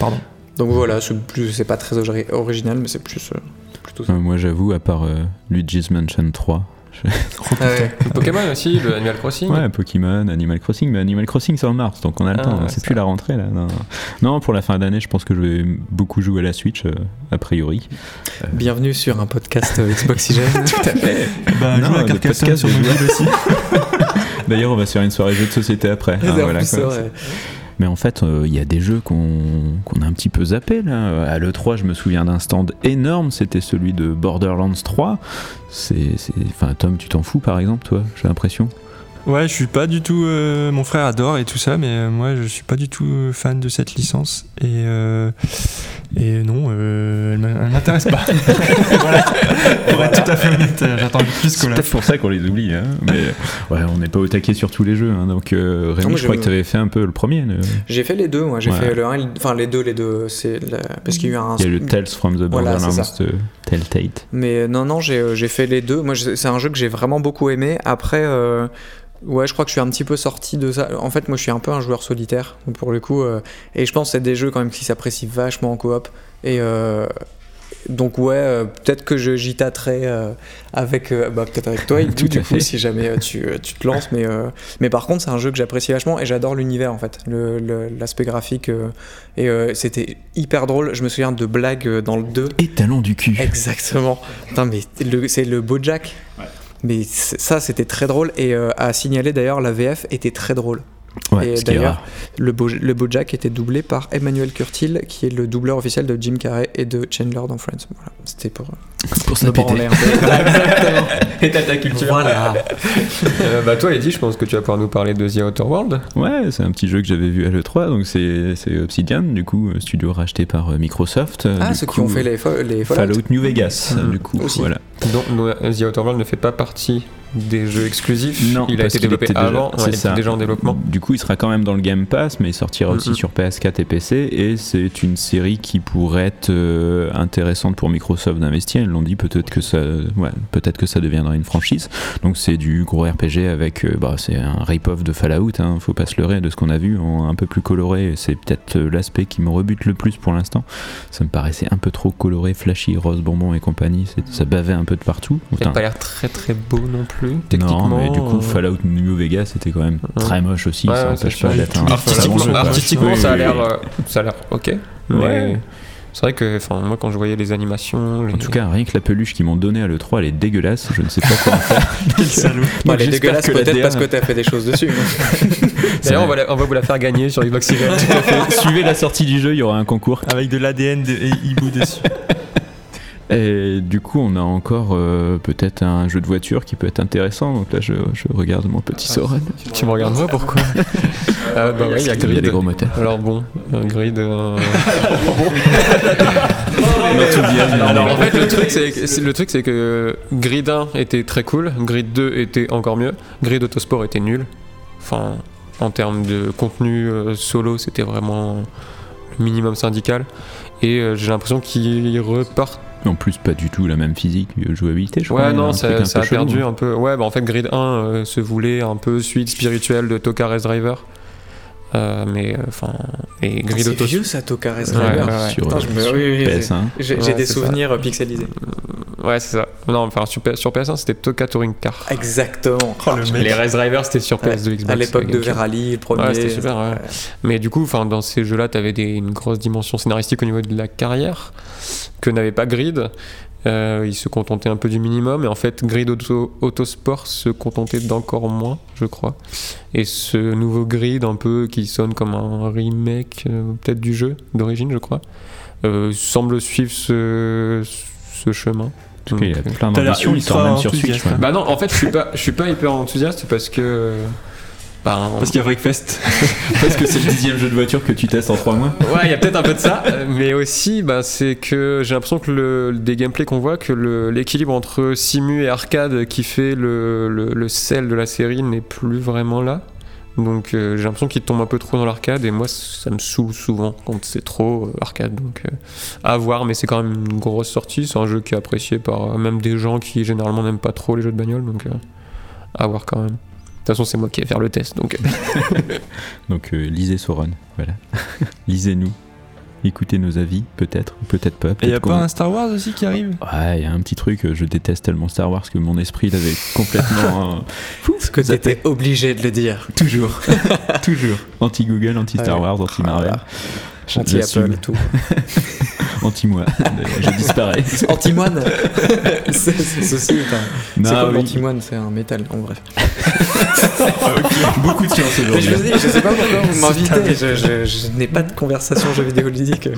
Pardon. Donc voilà, c'est plus, c'est pas très ori- original, mais c'est plus, euh, plutôt ça.
Euh, Moi, j'avoue, à part euh, Luigi's Mansion 3.
Ah ouais.
Pokémon aussi, le Animal Crossing.
Ouais, Pokémon, Animal Crossing, mais Animal Crossing c'est en mars, donc on a le
Ah,
temps, hein,
ouais,
c'est
ça
plus la rentrée là. Non, non. Non, pour la fin d'année, je pense que je vais beaucoup jouer à la Switch, euh, a priori.
Bienvenue sur un podcast euh, Xboxygène.
Bah,
Non,
jouer à
le
Carcassonne
podcast
sur
de
mobile aussi.
D'ailleurs, on va se faire une soirée jeu de société après. hein, voilà,
plus, c'est
quoi.
vrai.
Mais en fait, euh, il y a des jeux qu'on qu'on a un petit peu zappé là. À l'E3, je me souviens d'un stand énorme, c'était celui de Borderlands 3. C'est. c'est- Enfin, Tom, tu t'en fous par exemple, toi, j'ai l'impression.
Ouais, je suis pas du tout. euh, mon frère adore et tout ça, mais euh, moi je suis pas du tout euh, fan de cette licence et euh, et non, euh, elle m'a- elle m'intéresse pas. voilà. Pour être tout à fait honnête, euh, j'attends plus que
C'est
là.
peut-être pour ça qu'on les oublie, hein, mais ouais, on n'est pas au taquet sur tous les jeux. hein, donc, euh, Rémi,
Non, mais
je crois
je-
que tu avais fait un peu le premier. le-
J'ai fait les deux, moi. J'ai
Ouais.
fait le 1, et le- enfin les deux, les deux. C'est la- parce qu'il y a eu un.
Il y a le Tales from the
Voilà,
Borderlands
c'est ça.
de Telltale.
Mais euh, non, non, j'ai euh, j'ai fait les deux. Moi, je- c'est un jeu que j'ai vraiment beaucoup aimé. Après, euh, ouais, je crois que je suis un petit peu sorti de ça. En fait, moi, je suis un peu un joueur solitaire, pour le coup. euh, et je pense que c'est des jeux quand même qui s'apprécient vachement en coop. Et euh, donc, ouais, euh, peut-être que je- j'y tâterai euh, avec, euh, bah, peut-être avec toi, Ibu,
Tout à
du coup,
fait.
si jamais euh, tu, euh, tu te lances. Mais, euh, mais par contre, c'est un jeu que j'apprécie vachement et j'adore l'univers, en fait. Le- le- L'aspect graphique. euh, et euh, c'était hyper drôle. Je me souviens de blagues euh, dans le 2.
Et talent du cul.
Exactement. Putain, mais le- c'est le Bojack. Mais c'est- ça, c'était très drôle. Et euh, à signaler d'ailleurs, la VF était très drôle.
Ouais,
Et
ce qui est
d'ailleurs,
rare.
Le, Bo- le Bojack était doublé par Emmanuel Curtil, qui est le doubleur officiel de Jim Carrey et de Chandler dans Friends. Voilà, c'était pour.
Pour
me branler un peu. Exactement.
Et t'as ta culture.
Voilà.
Euh, bah toi Eddie, je pense que tu vas pouvoir nous parler de The Outer World.
Ouais, c'est un petit jeu que j'avais vu à l'E3, donc c'est c'est Obsidian, du coup, euh, studio racheté par euh, Microsoft. euh,
Ah,
du
ceux qui
coup,
ont fait les, fo- les Fallout. Mmh.
Fallout New Vegas,
Mhm.
du coup,
Aussi.
voilà.
Donc no- euh, The Outer World ne fait pas partie des jeux exclusifs.
Non,
il a
parce
été
qu'il
développé
était déjà-
avant, ouais,
c'est
il était
ça.
déjà en développement.
Du coup, il sera quand même dans le Game Pass, mais il sortira aussi
Mhm.
sur PS4 et PC. Et c'est une série qui pourrait être euh, intéressante pour Microsoft d'investir. Ils l'ont dit, peut-être que ça, ouais, peut-être que ça deviendra une franchise. Donc c'est du gros RPG avec, euh, bah, c'est un rip-off de Fallout. Hein, faut pas se leurrer de ce qu'on a vu, en un peu plus coloré. Et C'est peut-être euh, l'aspect qui me rebute le plus pour l'instant. Ça me paraissait un peu trop coloré, flashy, rose bonbon et compagnie. C'est- Ça bavait un peu de partout.
Il
Putain.
a pas l'air très très beau non plus, techniquement.
Non, mais du coup,
euh,
Fallout New Vegas était quand même très moche aussi.
Ouais,
ça
ouais,
n'empêche
c'est
pas
sûr.
d'être un
Artistiquement,
très bon jeu, quoi.
artistiquement,
Oui,
ça a
oui,
l'air,
oui.
euh, ça a l'air ok. Mais
Ouais.
c'est vrai que, enfin, moi quand je voyais les animations, les...
En tout cas, rien que la peluche qu'ils m'ont donnée à l'E3, elle est dégueulasse. Je ne sais pas quoi en faire.
Quel salaud.
Bon,
Donc,
elle est
j'espère
dégueulasse
que la
Bah, peut-être
DA
parce que t'as fait des choses dessus.
d'ailleurs, on va, la- on va vous la faire gagner sur Xbox Live.
Suivez la sortie du jeu, il y aura un concours.
Avec de l'ADN de et Ibu dessus.
Et du coup, on a encore euh, peut-être un jeu de voiture qui peut être intéressant. Donc là, je, je regarde mon petit Soren.
tu me regardes moi pourquoi Ah bah ouais, Ah, il y a
Il y a
Grid.
des gros moteurs.
Alors bon, euh, Grid. euh, Alors en
Alors,
fait, le truc, c'est que, c'est- le truc, c'est que Grid 1 était très cool, Grid 2 était encore mieux, Grid Autosport était nul. Enfin, en termes de contenu euh, solo, c'était vraiment le minimum syndical. Et euh, j'ai l'impression qu'ils repartent.
En plus, pas du tout la même physique, euh, jouabilité, je crois.
Ouais,
il y a un
non, ça,
truc un peu
ça a
chelou. hein.
perdu un peu. Ouais, bah en fait, Grid 1 euh, se voulait un peu suite spirituelle de Toka Race Driver. Euh, mais euh, enfin,
Ah,
et Grid
C'est
Autosport.
vieux ça, Toka Race
Ouais,
Driver.
ouais, ouais.
Sur,
Putain,
euh,
je me-
sur
oui, oui,
PS1.
J'ai j'ai
Ouais,
des
c'est ça.
souvenirs pixelisés.
Ouais, c'est ça. Non, enfin, sur, P- sur PS1, c'était Toka Touring Car.
Exactement.
Oh, le mec.
Les Race Drivers, c'était sur PS2 Xbox.
à l'époque de
GameCube.
Verali, le premier.
Ouais, c'était super, ouais.
Ouais.
Mais du coup, enfin, dans ces jeux-là, t'avais des, une grosse dimension scénaristique au niveau de la carrière que n'avait pas Grid. Euh, ils se contentaient un peu du minimum, et en fait, Grid Auto, Autosport se contentait d'encore moins, je crois. Et ce nouveau Grid, un peu qui sonne comme un remake, euh, peut-être du jeu d'origine, je crois, euh, semble suivre ce, ce chemin.
En tout cas, il y a
Donc, euh,
plein
T'as l'air
d'ambitions. Il sort
ultra
même sur Switch.
enthousiaste,
ouais.
bah non, en fait, je suis pas, je suis pas hyper enthousiaste parce que Bah, on-
Parce qu'il y a Breakfast.
Parce que c'est le dixième jeu de voiture que tu testes en trois mois.
Ouais, il y a peut-être un peu de ça, euh, mais aussi, bah, c'est que j'ai l'impression que le, des gameplays qu'on voit, que le- l'équilibre entre simu et arcade qui fait le, le, le sel de la série n'est plus vraiment là. Donc euh, j'ai l'impression qu'il tombe un peu trop dans l'arcade et moi ça me saoule souvent quand c'est trop euh, arcade. Donc euh, à voir, mais c'est quand même une grosse sortie. C'est un jeu qui est apprécié par euh, même des gens qui généralement n'aiment pas trop les jeux de bagnole. Donc euh, à voir quand même. De toute façon, c'est moi qui vais faire le test. Donc euh.
Donc euh, lisez Sauron, voilà. Lisez-nous. Écoutez nos avis, peut-être, ou peut-être pas.
Et il
peut-être
y a
qu'on-
pas un Star Wars aussi qui arrive
Ouais, il y a un petit truc, euh, je déteste tellement Star Wars que mon esprit l'avait complètement... euh,
Ce que t'étais obligé de le dire.
Toujours. Toujours. euh, Anti-Google, anti-Star
Ouais.
Wars,
Ah
anti-Marvel.
Voilà.
Je-
Anti-Apple
j'assume.
et tout.
Anti-moi. D'ailleurs, Je disparais.
Anti-moine C'est c'est- ceci est un-
Non,
C'est quoi
oui.
l'antimoine C'est un métal, en bref.
Beaucoup de science
Mais je
aujourd'hui.
vous dis, je sais pas pourquoi vous m'invitez, je, je- je n'ai pas de conversation jeux vidéo ludique.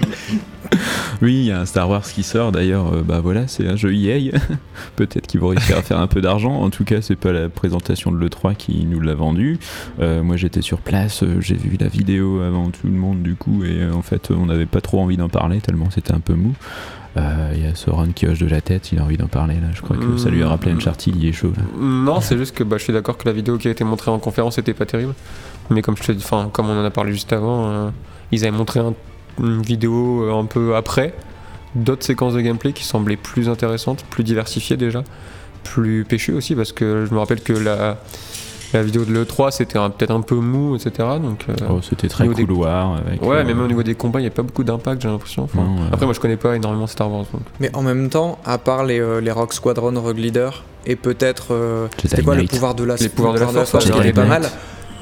Oui, il y a un Star Wars qui sort d'ailleurs, euh, bah voilà, c'est un jeu EA. Peut-être qu'ils vont réussir à faire un peu d'argent. En tout cas, c'est pas la présentation de l'E3 qui nous l'a vendu. Euh, moi j'étais sur place, euh, j'ai vu la vidéo avant tout le monde du coup, et euh, en fait euh, on n'avait pas trop envie d'en parler tellement c'était un peu mou. Euh, Il y a Sauron qui hoche de la tête, il a envie d'en parler là. Je crois que ça lui a rappelé Uncharted, il est chaud là.
Non, c'est juste que bah, je suis d'accord que la vidéo qui a été montrée en conférence était pas terrible. Mais comme je te dis, enfin, comme on en a parlé juste avant, euh, ils avaient montré un- une vidéo euh, un peu après, d'autres séquences de gameplay qui semblaient plus intéressantes, plus diversifiées déjà, plus péchues aussi, parce que je me rappelle que la, la vidéo de l'E3 c'était un- peut-être un peu mou, etc. Donc, euh,
Oh, c'était très
niveau des-
couloir. Avec,
ouais,
euh,
mais même au niveau des combats, il n'y a pas beaucoup d'impact, j'ai l'impression. Enfin,
Non, ouais.
Après, moi je connais pas énormément Star Wars, donc
Mais en même temps, à part les, euh, les Rock Squadron, Rogue Leader, et peut-être. euh,
Jedi
C'était quoi le
Knight.
pouvoir de la
Les pouvoirs de la force,
force, qui
Jedi
était pas
Knight.
mal.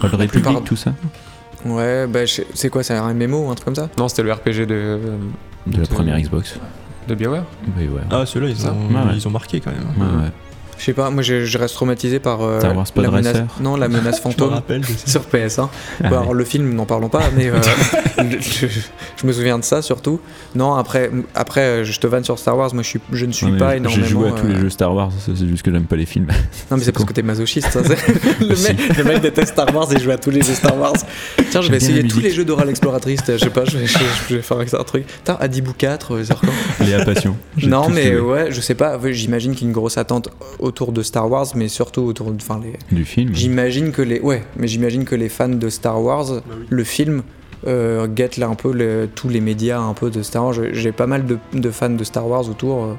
Old Republic,
plupart-
tout ça
Ouais, bah, je- c'est quoi, c'est un MMO ou un truc comme ça
non, c'était le RPG de,
De la
C'est-
première Xbox.
de BioWare.
Oui, ouais.
Ah, ceux-là, ils,
Ça.
ont-
Ouais, ouais.
ils ont marqué quand même.
Ouais, ouais.
Je sais pas, moi je, je reste traumatisé par euh,
Star Wars Pod
la menace,
Racer.
non, la menace
Je me
fantôme
rappelle, je sais.
sur PS1.
Ah,
Bon,
ouais.
alors le film, n'en parlons pas, mais euh, je, je me souviens de ça surtout. Non, après, après euh, je te vanne sur Star Wars, moi je, suis, je ne suis
Non, mais
pas
j'ai-
énormément.
J'ai joué à tous les
euh,
jeux Star Wars, c'est c'est juste que j'aime pas les films.
Non, mais c'est parce
con.
que t'es masochiste. hein, c'est- le,
Si.
mec, le mec déteste Star Wars et joue à tous les jeux Star Wars.
J'aime bien
Tiens, je vais
la
essayer tous
musique.
les jeux d'Oral Exploratrice. Je sais pas, je vais, je- je vais faire avec ça un truc. Putain, Adibou 4, euh, Zerkan.
Léa Passion. j'ai
Non,
tous
mais
joué.
euh,
ouais, je sais pas. ouais, J'imagine qu'il y a une grosse attente autour de Star Wars, mais surtout autour de. Enfin, les.
Du film
J'imagine que les ouais, mais j'imagine que les fans de Star Wars, le film euh, guette là un peu le- tous les médias un peu de Star Wars. J'ai- J'ai pas mal de, de fans de Star Wars autour euh,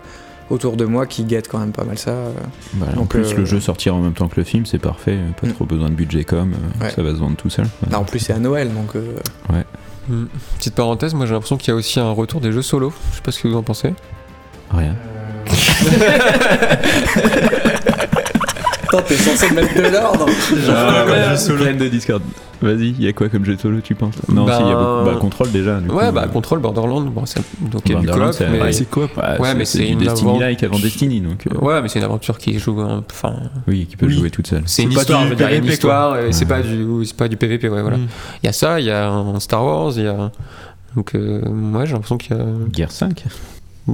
autour de moi qui guettent quand même pas mal ça. euh.
Voilà, en
donc,
plus,
euh,
le jeu sortira en même temps que le film, c'est parfait. euh, Pas
Mm.
trop besoin de budget com, euh,
Ouais.
ça va se vendre tout seul.
Là, en plus c'est à Noël donc euh,
Hmm. Petite parenthèse, moi j'ai l'impression qu'il y a aussi un retour des jeux solo. Je sais pas ce que vous en pensez.
Rien.
Euh. putain, t'es censé le mettre de l'ordre.
Ah, comme jeu solo.
Plein de Discord. Vas-y, il y a quoi comme jeu solo, tu penses Non,
Ben-
si, il y a beaucoup. Bah, contrôle déjà. du
Ouais,
coup,
bah
euh,
contrôle Borderlands, bon, c'est donc il y a du
Borderlands,
coop,
c'est-
mais
ouais,
C'est quoi
bah,
Ouais, mais c'est
du
une
Destiny-like avant Destiny, donc. euh,
Ouais, mais c'est une aventure qui joue. en- Enfin,
Oui, qui peut
Oui.
jouer toute seule.
c'est une
pas
histoire,
du
je veux dire, il y a une
PVP,
histoire, et c'est
Ouais.
pas du, c'est pas du PVP. Ouais, voilà. Il
Mm.
y a ça, il y a un Star Wars, il y a donc euh, moi j'ai l'impression qu'il y a
Guerre 5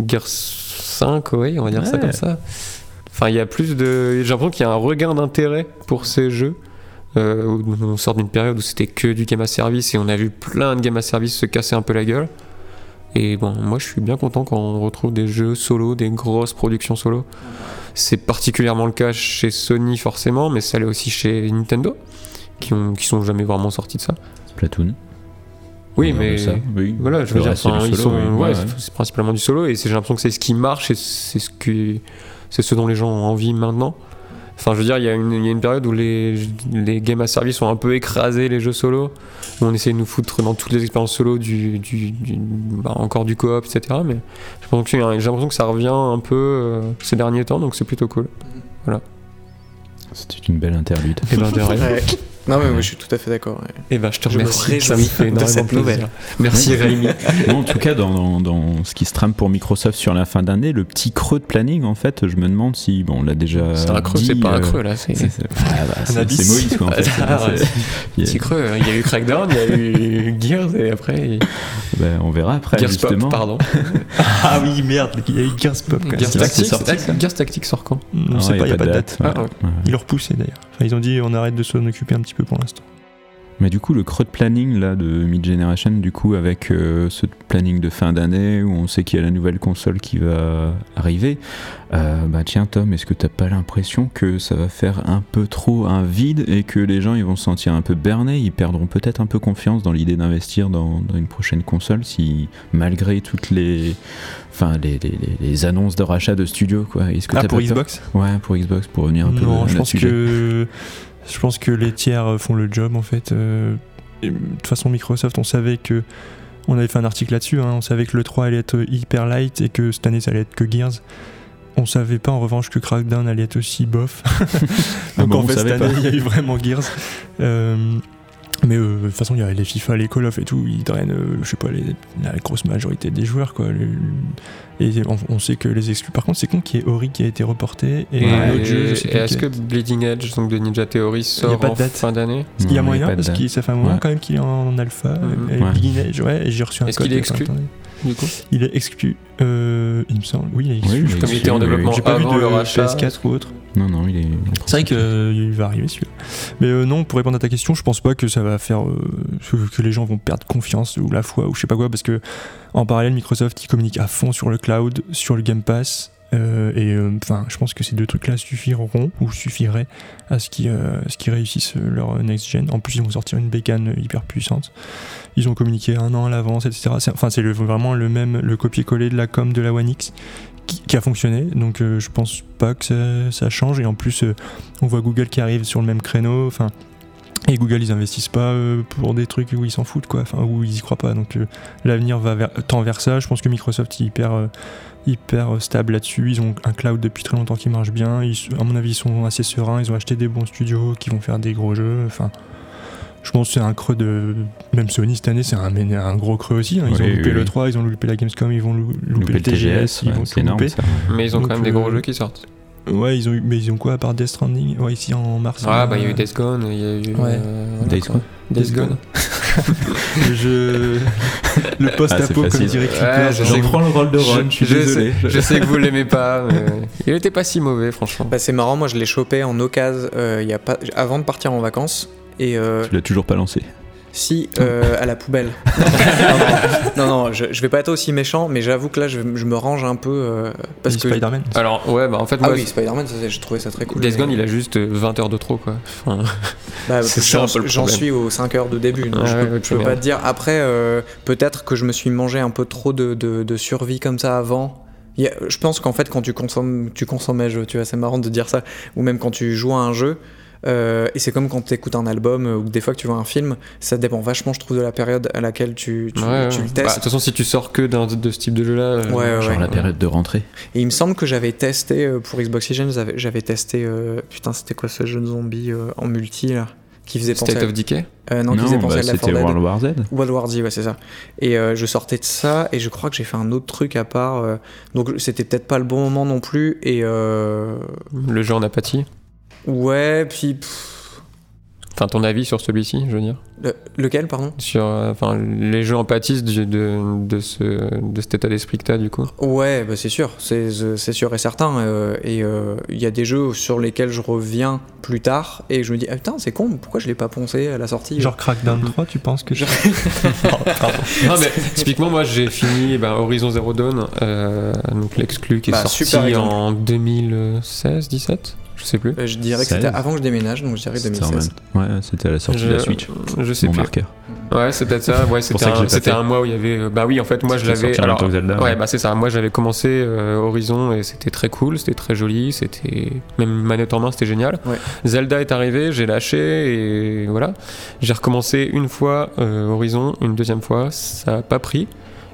Gears 5, ouais, on va dire ça
Ouais.
comme ça. Enfin, il y a plus de, j'ai l'impression qu'il y a un regain d'intérêt pour ces jeux. Euh, où on sort d'une période où c'était que du game à service et on a vu plein de game à service se casser un peu la gueule. Et bon, moi je suis bien content quand on retrouve des jeux solo, des grosses productions solo. C'est particulièrement le cas chez Sony forcément, mais ça l'est aussi chez Nintendo, qui, ont, qui sont jamais vraiment sortis de ça.
Splatoon.
Oui,
On
mais
regarde ça, oui.
voilà, je veux
Le
dire,
reste, c'est
enfin,
du
ils
solo,
sont-
oui.
ouais,
Ouais,
c'est-
ouais.
c'est principalement du solo et c'est j'ai l'impression que c'est ce qui marche et c'est ce qui, c'est ce dont les gens ont envie maintenant. Enfin, je veux dire, il y, a une- il y a une période où les, les games à service ont un peu écrasé les jeux solo, où on essaie de nous foutre dans toutes les expériences solo du, du- du- bah, encore du coop, etc. Mais je pense que j'ai l'impression que ça revient un peu euh, ces derniers temps, donc c'est plutôt cool.
C'était une belle interlude.
Et ben, de rien.
Ouais. Non mais moi, je suis tout à fait d'accord. ouais.
Eh ben, je te
Je me
remercie. Ça me
réjouis
fait
de
énormément
cette
plaisir.
nouvelle.
Merci Rémi.
Bon, en tout cas, dans, dans- dans ce qui se trame pour Microsoft sur la fin d'année, le petit creux de planning, en fait, je me demande si, bon, on l'a déjà.
C'est un creux,
dit,
c'est pas un
euh,
creux là. c'est-
c'est- c'est- ah bah, c'est-
abysse.
c'est Moïse, quoi, en fait.
Ah, ouais.
C'est- il y a-
C'est creux, hein. il y a eu Crackdown, il y a eu Gears et après il-
bah, on verra après,
Gears Pop,
justement.
pardon.
Ah oui, merde, il y a eu Gears Pop. quand même.
Gears
c'est vrai que c'est
Tactics,
sorti,
Tac- Gears Tactics sort quand
On
Ah
sait
ouais,
pas, il n'y a pas de date.
ouais.
Ah, ouais.
Ouais.
Ils l'ont repoussé d'ailleurs. Enfin, ils ont dit on arrête de s'en occuper un petit peu pour l'instant.
Mais du coup, le creux de planning là, de mid-generation, du coup, avec euh, ce planning de fin d'année où on sait qu'il y a la nouvelle console qui va arriver, euh, bah tiens, Tom, est-ce que t'as pas l'impression que ça va faire un peu trop un vide et que les gens ils vont se sentir un peu bernés Ils perdront peut-être un peu confiance dans l'idée d'investir dans, dans une prochaine console si, malgré toutes les, enfin, les, les- les- les annonces de rachat de studios, quoi. Est-ce que
Ah,
t'as
pour
pas peur
Xbox
Ouais, pour Xbox, pour revenir un peu à
Non,
notre
je pense
sujet.
que je pense que les tiers font le job en fait. Euh, et De toute façon, Microsoft, on savait que on avait fait un article là-dessus. hein, on savait que le 3 allait être hyper light et que cette année ça allait être que Gears. On savait pas en revanche que Crackdown allait être aussi bof. Donc
Ah bon,
en
on
fait cette
savait
année
pas.
il y a eu vraiment Gears. Euh, mais euh, de toute façon il y a les FIFA, les Call of et tout, ils drainent, euh, je sais pas, les- la grosse majorité des joueurs quoi. Le- le- et on, on sait que les exclus. Par contre c'est con qu'il y ait Ori qui a été reporté et
Ouais,
l'autre jeu, je sais
et
plus
est-ce
quel-
que Bleeding Edge, donc de Ninja Theory,
Y a
sort
pas de
en
date.
fin d'année
Il y a
Non,
moyen
pas de
parce
date.
que ça fait un moment
Ouais.
quand même qu'il est en alpha.
Mhm.
Et
Ouais.
Big Edge, ouais, et j'ai reçu un
Est-ce
code.
qu'il est
enfin,
exclu
attendez.
du coup
Il est exclu. euh, il me semble. Oui, il est exclu.
Oui,
je
oui,
pense.
Comme il était en
oui,
développement
J'ai pas
avant
vu de
le rachat.
PS4 ou autre.
Non, non, il est.
C'est vrai qu'il va arriver celui-là. Mais euh, non, pour répondre à ta question, je pense pas que ça va faire euh, que- que les gens vont perdre confiance ou la foi ou je sais pas quoi parce que en parallèle Microsoft il communique à fond sur le cloud, sur le Game Pass. euh, et euh, enfin, je pense que ces deux trucs-là suffiront ou suffiraient à ce qu'ils euh, à ce qu'ils réussissent euh, leur next gen. En plus, ils vont sortir une bécane euh, hyper puissante. Ils ont communiqué un an à l'avance, etc. C'est- Enfin, c'est le- vraiment le même, le copier-coller de la com de la One X qui, qui a fonctionné. Donc, euh, je pense pas que ça, ça change. Et en plus, euh, on voit Google qui arrive sur le même créneau. Enfin, et Google, ils investissent pas euh, pour des trucs où ils s'en foutent, quoi. Enfin, où ils y croient pas. Donc, euh, l'avenir va vers, tend vers ça. Je pense que Microsoft est hyper, euh, hyper euh, stable là-dessus. Ils ont un cloud depuis très longtemps qui marche bien. Ils, à mon avis, ils sont assez sereins. Ils ont acheté des bons studios qui vont faire des gros jeux. Enfin. Je pense que c'est un creux de. Même Sony cette année, c'est un, un gros creux aussi. hein. Ils
Oui,
ont loupé
oui,
le
oui.
3, ils ont loupé la Gamescom, ils vont lou-
Loupé
louper,
le TGS,
ils
ouais,
vont
c'est
tout
énorme
louper.
ça.
Mais ils ont
Donc,
quand même des gros
euh,
jeux qui sortent.
Ouais, ils ont eu, mais ils ont quoi à part Death Stranding Ouais, ici en mars.
Ah,
euh,
bah il y a eu Days Gone, il y a eu.
Ouais.
euh, voilà,
Days
quoi.
Gone.
Days Gone.
le jeu- euh, le
Ah, c'est
post-apo, comme
facile.
dirait Creeper,
Ouais, je
genre-
sais que-
le rôle de
sais, je sais que vous l'aimez pas, mais il était pas si mauvais, franchement.
Bah, c'est marrant, moi je l'ai chopé en occasion euh, il y a pas... avant de partir en vacances. Et euh,
Tu l'as toujours pas lancé.
si, euh, à la poubelle. non, non, non, je, je vais pas être aussi méchant, mais j'avoue que là je, je me range un peu. euh, parce
et
que
Spider-Man.
Alors, ouais, bah en fait,
Ah
moi,
oui, Spider-Man, ça, c'est- j'ai trouvé ça très cool.
Days Gone,
mais-
il a juste euh, 20 heures de trop, quoi. Enfin,
Bah,
C'est ça,
j'en-
un peu le
J'en
problème.
suis aux 5 heures de début, donc
Ah
je
ouais,
peux,
ouais,
je peux
tu
pas
vois.
te dire. Après, euh, peut-être que je me suis mangé un peu trop de, de- de survie comme ça avant. Il y a- je pense qu'en fait, quand tu consommes, tu consommes un jeu, tu vois, c'est marrant de dire ça, ou même quand tu joues à un jeu. euh, et c'est comme quand tu écoutes un album euh, ou des fois que tu vois un film, ça dépend vachement, je trouve, de la période à laquelle tu, tu,
ouais,
tu
ouais.
le
Bah, De
testes.
toute façon, si tu sors que d'un- de ce type de jeu-là. euh,
Ouais, ouais,
Genre
ouais.
la période de rentrée.
Et il me semble que j'avais testé euh, pour Xbox Legends, j'avais- j'avais testé. euh, putain, c'était quoi ce jeu de zombie euh, en multi là Qui faisait penser.
State
à-
of Decay
euh, non, qui faisait penser
bah,
à de la
c'était
Dead.
World War Z.
World War Z, ouais, c'est ça. Et euh, je sortais de ça, et je crois que j'ai fait un autre truc à part. euh, donc c'était peut-être pas le bon moment non plus. Et euh,
Le jeu en apathie.
ouais, puis pff,
Enfin, ton avis sur celui-ci, je veux dire.
le- lequel, pardon
Sur, euh, enfin, les jeux en pâtissent du- de, de, ce, de cet état d'esprit que t'as, du coup.
Ouais, bah c'est sûr, c'est c'est sûr et certain. euh, et euh, il y a des jeux sur lesquels je reviens plus tard, et je me dis ah, putain, c'est con, pourquoi je l'ai pas poncé à la sortie
Genre Crackdown 3, tu penses que
Genre-
non, mais typiquement, moi, j'ai fini ben, Horizon Zero Dawn, euh, donc l'exclu qui est
Bah, super
sorti
exemple.
en 2016, 17 Je sais plus.
Euh, Je dirais que c'était
16.
avant que je déménage, donc je dirais
C'était en
2016.
même- Ouais, c'était à la sortie de la
Je-
Switch.
Je sais
Mon
plus.
marqueur.
Ouais, c'est peut-être ça. Ouais, c'était
ça que je l'ai
un,
pas
c'était
fait.
un mois où il y avait. euh, Bah oui, en fait, moi je
C'était
l'avais.
sorti en même temps que Zelda,
ouais,
ouais.
bah c'est ça. Moi j'avais commencé euh, Horizon et c'était très cool, c'était très joli, c'était même manette en main, c'était génial.
Ouais.
Zelda est arrivé, j'ai lâché et voilà. J'ai recommencé une fois euh, Horizon, une deuxième fois, ça a pas pris.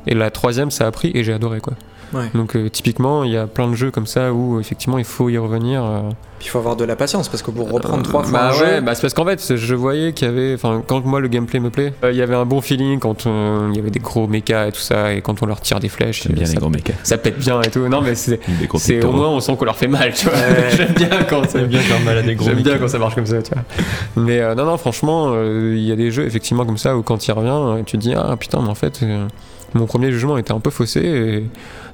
Et la troisième, ça a pris et j'ai adoré quoi.
Ouais.
Donc euh, typiquement, il y a plein de jeux comme ça où effectivement il faut y revenir. euh,
Puis il faut avoir de la patience, parce que pour reprendre trois fois
bah
un
ouais,
jeu,
bah c'est parce qu'en fait, je voyais qu'il y avait, enfin, quand moi le gameplay me plaît, euh, il y avait un bon feeling quand euh, il y avait des gros mechas et tout ça, et quand on leur tire des flèches,
J'aime bien
ça,
les gros mechas.
ça pète bien et tout. Non, mais c'est,
Des gros
c'est au
pectoraux.
moins on sent qu'on leur fait mal, tu vois.
Ouais.
J'aime bien quand ça.
J'aime bien faire mal à des gros.
J'aime bien
mecs.
quand ça marche comme ça, tu vois. Mais euh, non, non, franchement, euh, il y a des jeux effectivement comme ça où quand il revient, euh, tu te dis ah putain, mais en fait, euh, mon premier jugement était un peu faussé. Et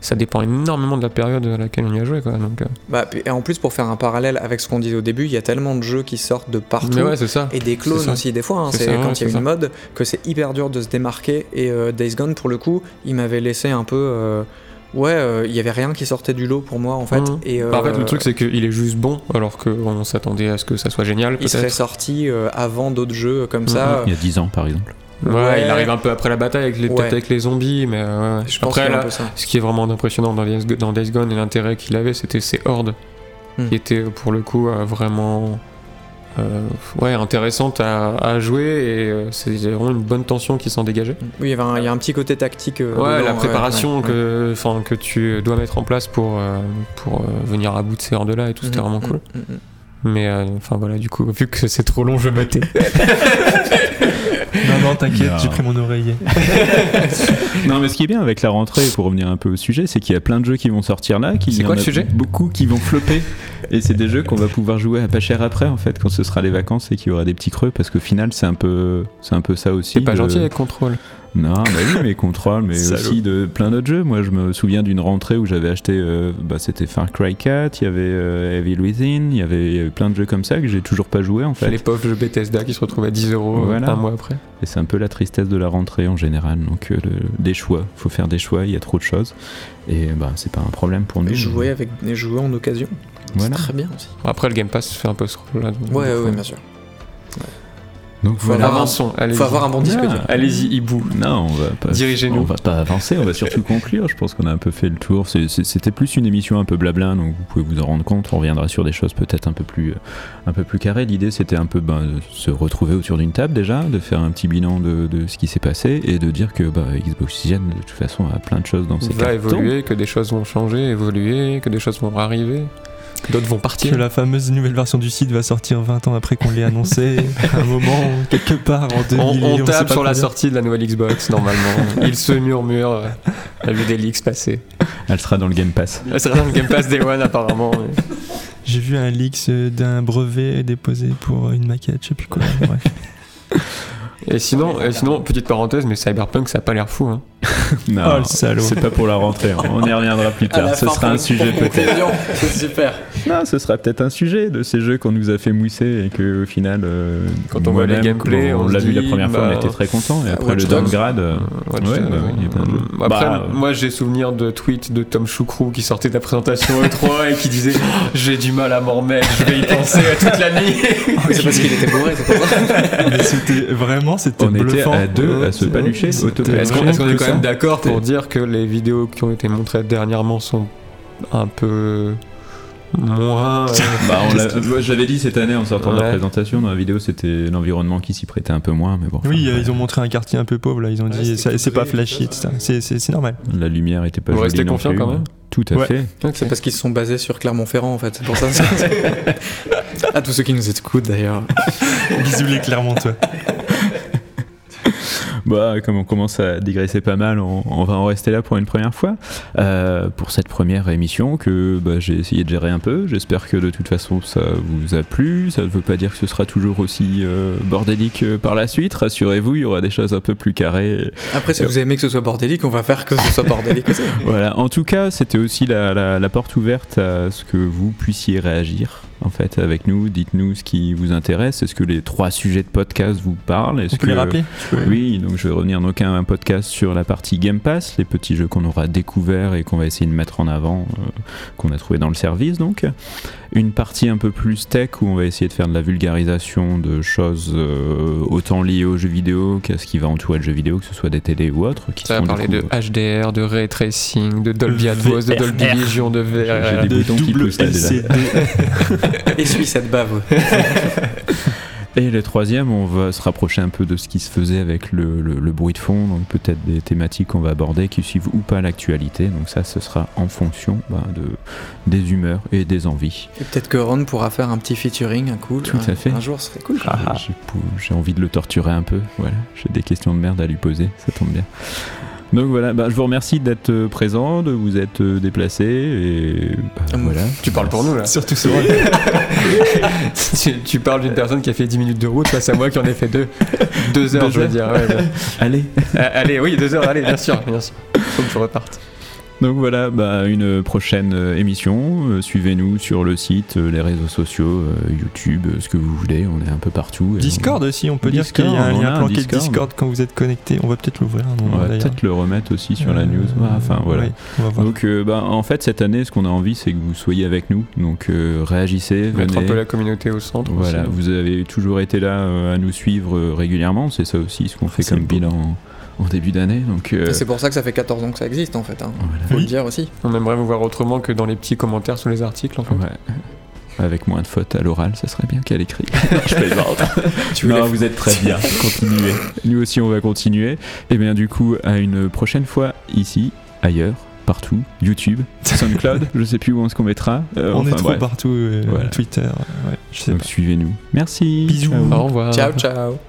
ça dépend énormément de la période à laquelle on y a joué. Quoi, donc, euh.
Bah, puis- et en plus, pour faire un parallèle avec ce qu'on disait au début, il y a tellement de jeux qui sortent de partout.
Mais ouais, c'est ça.
Et des clones
C'est ça.
aussi, des fois, hein,
C'est
c'est
ça, ouais,
quand il y
c'est
a une
ça.
mode que c'est hyper dur de se démarquer. Et euh, Days Gone, pour le coup, il m'avait laissé un peu. euh, ouais, euh, il y avait rien qui sortait du lot pour moi en fait.
Mhm.
Et,
Bah, en fait, le
euh,
truc, c'est qu'il est juste bon, alors qu'on s'attendait à ce que ça soit génial.
il serait
peut-être. Mmh,
sorti euh, avant d'autres jeux comme ça.
Il y a 10 ans, par exemple.
Ouais,
Ouais.
il arrive un peu après la bataille, avec les,
Ouais.
peut-être avec les zombies, mais euh, ouais, ouais.
Je pense
après,
qu'il y a un
là,
peu ça.
ce qui est vraiment impressionnant dans Days, dans Days Gone et l'intérêt qu'il avait, c'était ses hordes,
Hmm.
qui étaient pour le coup euh, vraiment euh, ouais, intéressantes à, à jouer, et euh, c'est vraiment une bonne tension qui s'en dégageait.
Oui, il y, avait un, il y a un petit côté tactique. euh,
Ouais,
dedans,
la préparation
ouais, ouais.
que, enfin, que tu dois mettre en place pour, euh, pour euh, venir à bout de ces hordes-là et tout, c'était
Mhm,
vraiment
mhm,
cool.
mhm.
Mais euh, enfin voilà, du coup, vu que c'est trop long, je me tais.
Non, non, t'inquiète,
Non.
j'ai pris mon oreiller.
Non, mais ce qui est bien avec la rentrée, pour revenir un peu au sujet, c'est qu'il y a plein de jeux qui vont sortir là. qu'il
C'est
y
quoi
en
le
a
sujet
Beaucoup qui vont flopper. Et c'est des jeux qu'on va pouvoir jouer à pas cher après, en fait, quand ce sera les vacances et qu'il y aura des petits creux, parce qu'au final, c'est un peu, c'est un peu ça aussi.
C'est pas
de-
gentil avec Control.
Non, bah oui, mais Control, mais
Salaud.
aussi de plein d'autres jeux. Moi, je me souviens d'une rentrée où j'avais acheté, euh, bah, c'était Far Cry 4, il y avait euh, Evil Within, il y avait il y avait plein de jeux comme ça que j'ai toujours pas joué en fait.
Bah, Les pauvres jeux Bethesda qui se retrouvent à 10 euros euh,
Voilà.
un mois après.
Et c'est un peu la tristesse de la rentrée en général. Donc, euh, le- des choix, faut faire des choix, il y a trop de choses. Et bah, c'est pas un problème pour nous.
Et jouer avec des joueurs en occasion,
Voilà.
c'est très bien aussi.
Après, le Game Pass fait un peu ce rôle-là. donc,
Ouais,
des
ouais,
fois.
bien sûr.
Donc
Faut
voilà.
avoir un-
Avançons, allez-y.
Faut avoir un bon disque.
Ah.
dur.
Allez-y, hibou.
Non, on va pas.
Dirigez-nous.
On va pas avancer, on va surtout conclure. Je pense qu'on a un peu fait le tour. C'est- c'est- C'était plus une émission un peu blabla, donc vous pouvez vous en rendre compte. On reviendra sur des choses peut-être un peu plus, un peu plus carrées. L'idée, c'était un peu ben, de se retrouver autour d'une table déjà, de faire un petit bilan de, de ce qui s'est passé et de dire que bah, Xbox Oxygen, de toute façon, a plein de choses dans ses
Va
cartons.
évoluer, que des choses vont changer, évoluer, que des choses vont arriver. D'autres vont
Que
partir.
la fameuse nouvelle version du site va sortir 20 ans après qu'on l'ait annoncé, à un moment, quelque part en 2000.
On, on
sait
tape
pas
sur la
combien.
sortie de la nouvelle Xbox, normalement. Il se murmure euh, la vue des leaks passer.
Elle sera dans le Game Pass.
Elle sera dans le Game Pass Day One, apparemment. mais-
J'ai vu un leak euh, d'un brevet déposé pour une maquette, je sais plus quoi. bref.
Et sinon, et sinon, petite parenthèse, mais Cyberpunk, ça a pas l'air fou. hein.
Non,
Oh, le salaud.
c'est pas pour la rentrée. hein. On y reviendra plus
À
tard.
la
Ce
fin,
sera
pour-
un
pour
sujet peut-être.
conclusion, C'est super.
Non, ce sera peut-être un sujet de ces jeux qu'on nous a fait mousser et que au final, euh,
Quand on voit les
moi-même,
gameplays,
quand on,
on
l'a
se
vu la
dit,
première fois,
bah,
on était très content. Et après
Watch
le
Dogs.
downgrade, euh,
Watch
ouais,
Dogs,
bah oui, il y a plein de jeux.
Après,
Bah, euh,
moi j'ai souvenir de tweets de Tom Choucrou qui sortait de la présentation E3 et qui disait J'ai du mal à m'en remettre, je vais y penser toute la nuit.
C'est parce qu'il était bourré, c'est pour ça.
Mais c'était vraiment, c'était
on était
bluffant.
à deux à se
Ouais,
palucher.
c'était
autopsie.
Est-ce qu'on
vraiment
est-ce qu'on est
que
quand
ça.
même d'accord pour dire que les vidéos qui ont été montrées dernièrement sont un peu moins. euh,
Bah, on l'a- moi, je l'avais dit cette année en sortant de la
Ouais.
présentation dans la vidéo, c'était l'environnement qui s'y prêtait un peu moins, mais bon.
Oui,
enfin,
euh, ils ont montré un quartier un peu pauvre, là. Ils ont dit, ça- c'est pas flashy, etc. C'est- C'est c'est normal.
La lumière était pas
Vous
jolie
restez
non
confiant
plus.
quand même
Tout à
euh, Ouais.
fait.
C'est parce qu'ils se sont basés sur Clermont-Ferrand en fait, c'est pour ça. à tous ceux qui nous écoutent d'ailleurs.
Bisous les Clermontois.
Bah, comme on commence à digresser pas mal, on, on va en rester là pour une première fois. Euh, pour cette première émission que bah, j'ai essayé de gérer un peu. J'espère que de toute façon ça vous a plu. Ça ne veut pas dire que ce sera toujours aussi euh, bordélique euh, par la suite. Rassurez-vous, il y aura des choses un peu plus carrées.
Après, si vous aimez que ce soit bordélique, on va faire que ce soit bordélique aussi.
voilà. En tout cas, c'était aussi la, la- la porte ouverte à ce que vous puissiez réagir. En fait, avec nous, dites-nous ce qui vous intéresse. Est-ce que les trois sujets de podcast vous parlent Est-ce
On peut
que euh,
les rappeler
Oui, donc je vais revenir donc à un podcast sur la partie Game Pass, les petits jeux qu'on aura découverts et qu'on va essayer de mettre en avant, euh, qu'on a trouvé dans le service donc. Une partie un peu plus tech où on va essayer de faire de la vulgarisation de choses euh, autant liées aux jeux vidéo qu'à ce qui va entourer le jeu vidéo, que ce soit des télés ou autres. Qui
Ça
sont
va
du
parler
coup-
de HDR, de ray tracing, de Dolby Atmos, de
VRR.
Dolby Vision, de
J'ai
VR.
des
De
boutons qui
double
poussent là, déjà.
LCD.
Essuie cette bave.
Et le troisième, on va se rapprocher un peu de ce qui se faisait avec le, le- le bruit de fond, donc peut-être des thématiques qu'on va aborder qui suivent ou pas l'actualité. Donc ça, ce sera en fonction bah, de, des humeurs et des envies.
Et peut-être que Ron pourra faire un petit featuring, un cool.
Tout à
un-
fait.
Un jour, ce serait cool.
Ah
J'ai- j'ai pou- J'ai envie de le torturer un peu. Voilà, j'ai des questions de merde à lui poser, ça tombe bien. Donc voilà, bah, je vous remercie d'être euh, présent, de vous être euh, déplacé et bah,
Hum.
voilà.
Euh, Tu parles pour nous là.
Surtout sur
tu, tu parles d'une personne qui a fait 10 minutes de route face à moi qui en ai fait 2. 2 heures,
Deux
je veux dire. ouais, ouais.
Allez.
Euh, allez, oui, 2 heures, allez, bien sûr, bien sûr. Faut que je reparte.
Donc voilà, bah, une prochaine euh, émission. Euh, Suivez-nous sur le site, euh, les réseaux sociaux, euh, YouTube, euh, ce que vous voulez. On est un peu partout. et on-
Discord aussi, on peut
Discord,
dire qu'il y a un
on a
lien
un
planqué de
Discord.
Discord quand vous êtes connecté. On va peut-être l'ouvrir un
On
moment
va
d'ailleurs.
peut-être le remettre aussi sur la
Euh,
news. Ouais, Enfin voilà.
oui, on va voir.
Donc euh, bah, en fait cette année ce qu'on a envie c'est que vous soyez avec nous donc euh, réagissez
Mettre un
venez.
peu la hein, communauté au centre.
voilà
aussi.
vous avez toujours été là euh, à nous suivre euh, régulièrement c'est ça aussi ce qu'on fait
C'est
comme
beau.
bilan en, en début d'année donc euh,
Et C'est pour ça que ça fait 14 ans que ça existe en fait. Hein.
voilà.
Faut
Oui.
le dire aussi.
On aimerait vous voir autrement que dans les petits commentaires sous les articles en fait.
Ouais. Avec moins de fautes à l'oral, ça serait bien qu'à l'écrit. non, je plaisante. non, vous êtes très bien. Continuez. Nous aussi, on va continuer. Et bien, du coup, à une prochaine fois, ici, ailleurs, partout, YouTube, SoundCloud, je sais plus où on se qu'on mettra. Euh,
on
enfin,
est trop
bref.
partout, euh,
Voilà.
Twitter. ouais, je sais
Donc, suivez-nous. Merci.
Bisous.
Ciao.
Au revoir.
Ciao, ciao.